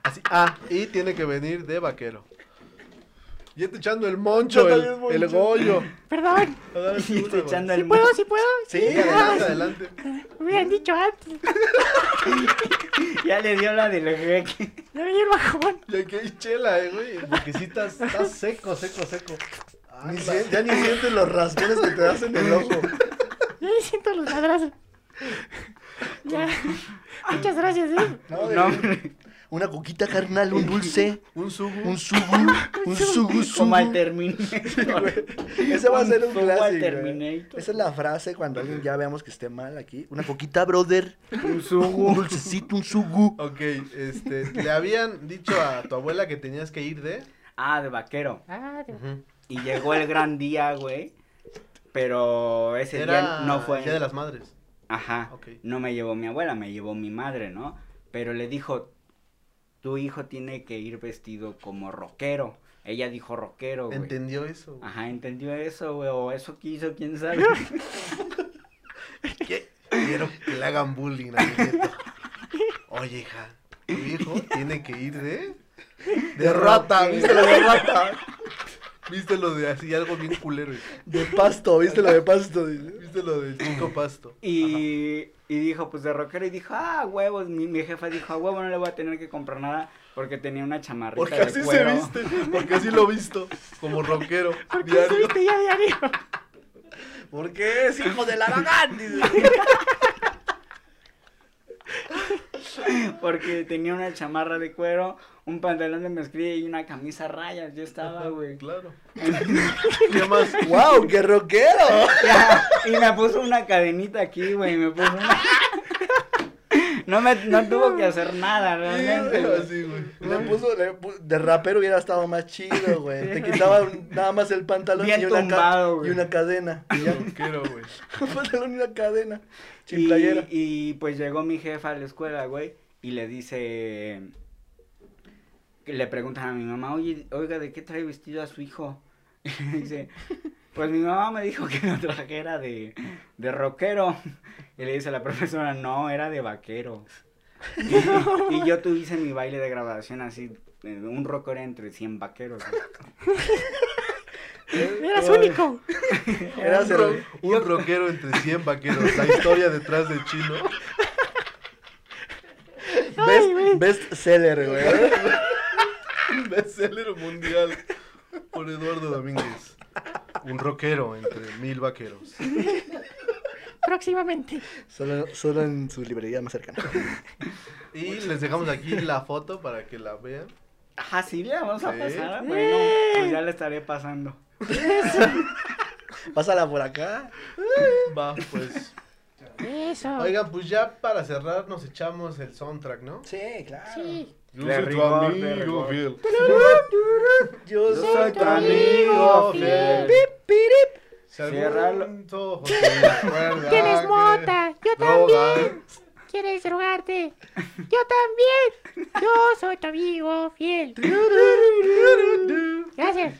[SPEAKER 3] Así, ah, y tiene que venir de vaquero. Y está echando el moncho,
[SPEAKER 5] Yo
[SPEAKER 3] el,
[SPEAKER 5] también moncho.
[SPEAKER 3] el goyo.
[SPEAKER 2] Perdón,
[SPEAKER 3] Agárrate
[SPEAKER 4] Y está
[SPEAKER 3] una, Ah, güey.
[SPEAKER 4] echando el
[SPEAKER 2] ¿puedo? ¿Sí puedo?
[SPEAKER 5] Sí,
[SPEAKER 3] Sí, adelante, adelante.
[SPEAKER 2] Me hubieran dicho antes.
[SPEAKER 4] Ya le dio la del jeque.
[SPEAKER 2] Ya me dio el bajón.
[SPEAKER 3] Y aquí hay chela, eh, güey. Porque sí está, está seco, seco, seco. Ah,
[SPEAKER 5] Ni
[SPEAKER 3] la-
[SPEAKER 5] sien- ya ni sientes los raspones que te das en el ojo.
[SPEAKER 2] Ya me siento los madrazos. Ya. Muchas gracias, ¿eh?
[SPEAKER 5] No, de-
[SPEAKER 4] No, hombre,
[SPEAKER 5] Una coquita carnal, un dulce,
[SPEAKER 3] Un subu.
[SPEAKER 5] un subu, un subu, subu.
[SPEAKER 4] como al Terminator.
[SPEAKER 5] Ese va a ser un
[SPEAKER 4] Como al
[SPEAKER 5] clásico. eh. güey.
[SPEAKER 4] Terminator.
[SPEAKER 5] Esa es la frase cuando alguien ya veamos que esté mal aquí. Una coquita, brother,
[SPEAKER 4] Un
[SPEAKER 5] un
[SPEAKER 4] sugu.
[SPEAKER 5] dulcecito, un sugu.
[SPEAKER 3] Ok, este, le habían dicho a tu abuela que tenías que ir de...
[SPEAKER 4] Ah, de vaquero.
[SPEAKER 2] Ah, de-
[SPEAKER 4] Y llegó el gran día, güey. Pero ese día
[SPEAKER 3] Era
[SPEAKER 4] no fue.
[SPEAKER 3] el Día de las Madres.
[SPEAKER 4] Ajá.
[SPEAKER 3] Ok.
[SPEAKER 4] No me llevó mi abuela, me llevó mi madre, ¿no? Pero le dijo, tu hijo tiene que ir vestido como rockero. Ella dijo rockero, Oh, güey. Ah.
[SPEAKER 3] ¿Entendió eso? güey?
[SPEAKER 4] Ajá, entendió eso, güey. O eso quiso, quién sabe.
[SPEAKER 3] Quiero que le hagan bullying a mi nieto. Oye, hija, tu hijo tiene que ir de. De rata, viste lo de rata. Viste lo de así, algo bien culero. hija.
[SPEAKER 5] De pasto, ¿viste lo de pasto? Dice.
[SPEAKER 3] Viste lo de chico pasto.
[SPEAKER 4] Y, y dijo, pues de rockero. Y dijo, ah, huevos. Mi, mi jefa dijo, a huevo, no le voy a tener que comprar nada. Porque tenía una chamarrita
[SPEAKER 3] Porque
[SPEAKER 4] de
[SPEAKER 3] así se
[SPEAKER 4] cuero.
[SPEAKER 3] viste, porque así lo visto, como rockero,
[SPEAKER 2] ¿Por qué
[SPEAKER 3] diario.
[SPEAKER 2] subiste ya diario?
[SPEAKER 5] ¿Por qué es hijo de la Aragán? Dice.
[SPEAKER 4] Porque tenía una chamarra de cuero, un pantalón de mezclilla y una camisa a rayas. Yo estaba, güey.
[SPEAKER 3] Claro. ¿Qué más?
[SPEAKER 5] ¡Wow! ¡Qué rockero!
[SPEAKER 4] Ya, y me puso una cadenita aquí, güey. Me puso una. No, me, no tuvo que hacer nada, realmente. güey.
[SPEAKER 3] Así, güey.
[SPEAKER 5] Le puso, le pu- de rapero hubiera estado más chido, güey. Te quitaba un- nada más el pantalón
[SPEAKER 4] Bien
[SPEAKER 5] y, una ca-
[SPEAKER 4] tumbado, güey.
[SPEAKER 5] y una cadena. Y ya,
[SPEAKER 3] Rockero, güey.
[SPEAKER 5] un pantalón y una cadena. Sin
[SPEAKER 4] Y,
[SPEAKER 5] playera.
[SPEAKER 4] y, pues llegó mi jefa a la escuela, güey, y le dice, que le preguntan a mi mamá, oye, oiga, ¿de qué trae vestido a su hijo? Y dice, pues mi mamá me dijo que lo trajera de, de rockero. Y le dice a la profesora, no, era de vaquero. Y, y yo tuve hice mi baile de graduación así, eh, un rockero entre 100 vaqueros.
[SPEAKER 2] Eras único.
[SPEAKER 5] Era
[SPEAKER 3] un,
[SPEAKER 5] ser-
[SPEAKER 3] ro- un rockero entre 100 vaqueros. La historia detrás de Chino.
[SPEAKER 5] Best, best seller, güey.
[SPEAKER 3] Un bestseller mundial por Eduardo Domínguez. Un rockero entre mil vaqueros.
[SPEAKER 2] Próximamente.
[SPEAKER 5] Solo, solo en su librería más cercana.
[SPEAKER 3] Y les dejamos aquí la foto para que la vean.
[SPEAKER 4] Ajá, sí, le vamos a
[SPEAKER 3] Sí.
[SPEAKER 4] pasar. Bueno, pues ya le estaré pasando.
[SPEAKER 5] Pásala por acá.
[SPEAKER 3] Va, pues.
[SPEAKER 2] Eso.
[SPEAKER 3] Oigan, pues ya para cerrar nos echamos el soundtrack, ¿no?
[SPEAKER 5] Sí, claro.
[SPEAKER 2] Sí.
[SPEAKER 3] Yo
[SPEAKER 4] De
[SPEAKER 3] soy tu
[SPEAKER 4] rigor, de
[SPEAKER 3] amigo
[SPEAKER 4] rigor.
[SPEAKER 3] fiel.
[SPEAKER 5] Yo
[SPEAKER 4] Yo
[SPEAKER 5] soy
[SPEAKER 4] soy
[SPEAKER 5] tu
[SPEAKER 4] tu
[SPEAKER 5] amigo
[SPEAKER 4] amigo
[SPEAKER 5] fiel.
[SPEAKER 4] fiel.
[SPEAKER 3] Si algún
[SPEAKER 4] Ciérralo.
[SPEAKER 3] antojo te recuerda
[SPEAKER 2] ¿Quieres
[SPEAKER 3] que-
[SPEAKER 2] mota? Yo
[SPEAKER 3] Droga.
[SPEAKER 2] también. ¿Quieres drogarte? Yo también. Yo soy tu amigo fiel. Gracias.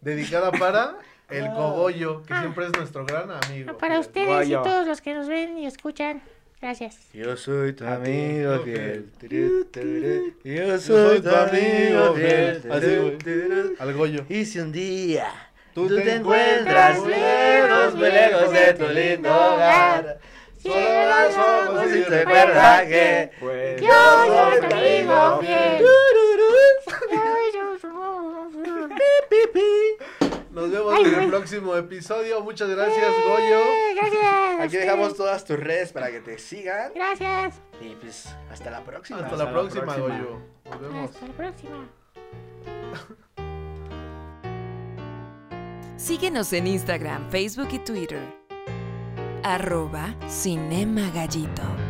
[SPEAKER 3] Dedicada para el cogollo, que siempre es nuestro gran amigo.
[SPEAKER 2] Para
[SPEAKER 3] Fiel.
[SPEAKER 2] ustedes
[SPEAKER 4] Guayo.
[SPEAKER 2] y todos los que nos ven y escuchan. Gracias.
[SPEAKER 5] Yo soy tu amigo fiel. Yo
[SPEAKER 3] soy tu amigo fiel. Así, güey.
[SPEAKER 5] Turú.
[SPEAKER 3] Al goyo.
[SPEAKER 5] Y si un día
[SPEAKER 3] Tú
[SPEAKER 5] tú,
[SPEAKER 3] te
[SPEAKER 5] te encuentras lejos, muy lejos de tu lindo hogar, solo las somos y recuerda que
[SPEAKER 4] Pues,
[SPEAKER 2] Yo soy tu
[SPEAKER 5] amigo
[SPEAKER 2] amigo fiel.
[SPEAKER 5] Tururú.
[SPEAKER 2] Ay, yo- yo- yo-
[SPEAKER 3] Nos vemos
[SPEAKER 2] Ay,
[SPEAKER 3] en el
[SPEAKER 2] güey.
[SPEAKER 3] próximo episodio. Muchas gracias, Goyo.
[SPEAKER 2] Eh, Gracias.
[SPEAKER 5] Aquí dejamos todas tus redes para que te sigan.
[SPEAKER 2] Gracias.
[SPEAKER 5] Y pues, hasta la próxima.
[SPEAKER 3] Hasta
[SPEAKER 4] Hasta
[SPEAKER 3] la
[SPEAKER 4] la
[SPEAKER 3] próxima,
[SPEAKER 4] próxima.
[SPEAKER 3] Goyo. Nos vemos.
[SPEAKER 2] Hasta la próxima.
[SPEAKER 1] Síguenos en Instagram, Facebook y Twitter. Arroba Cinema Gallito.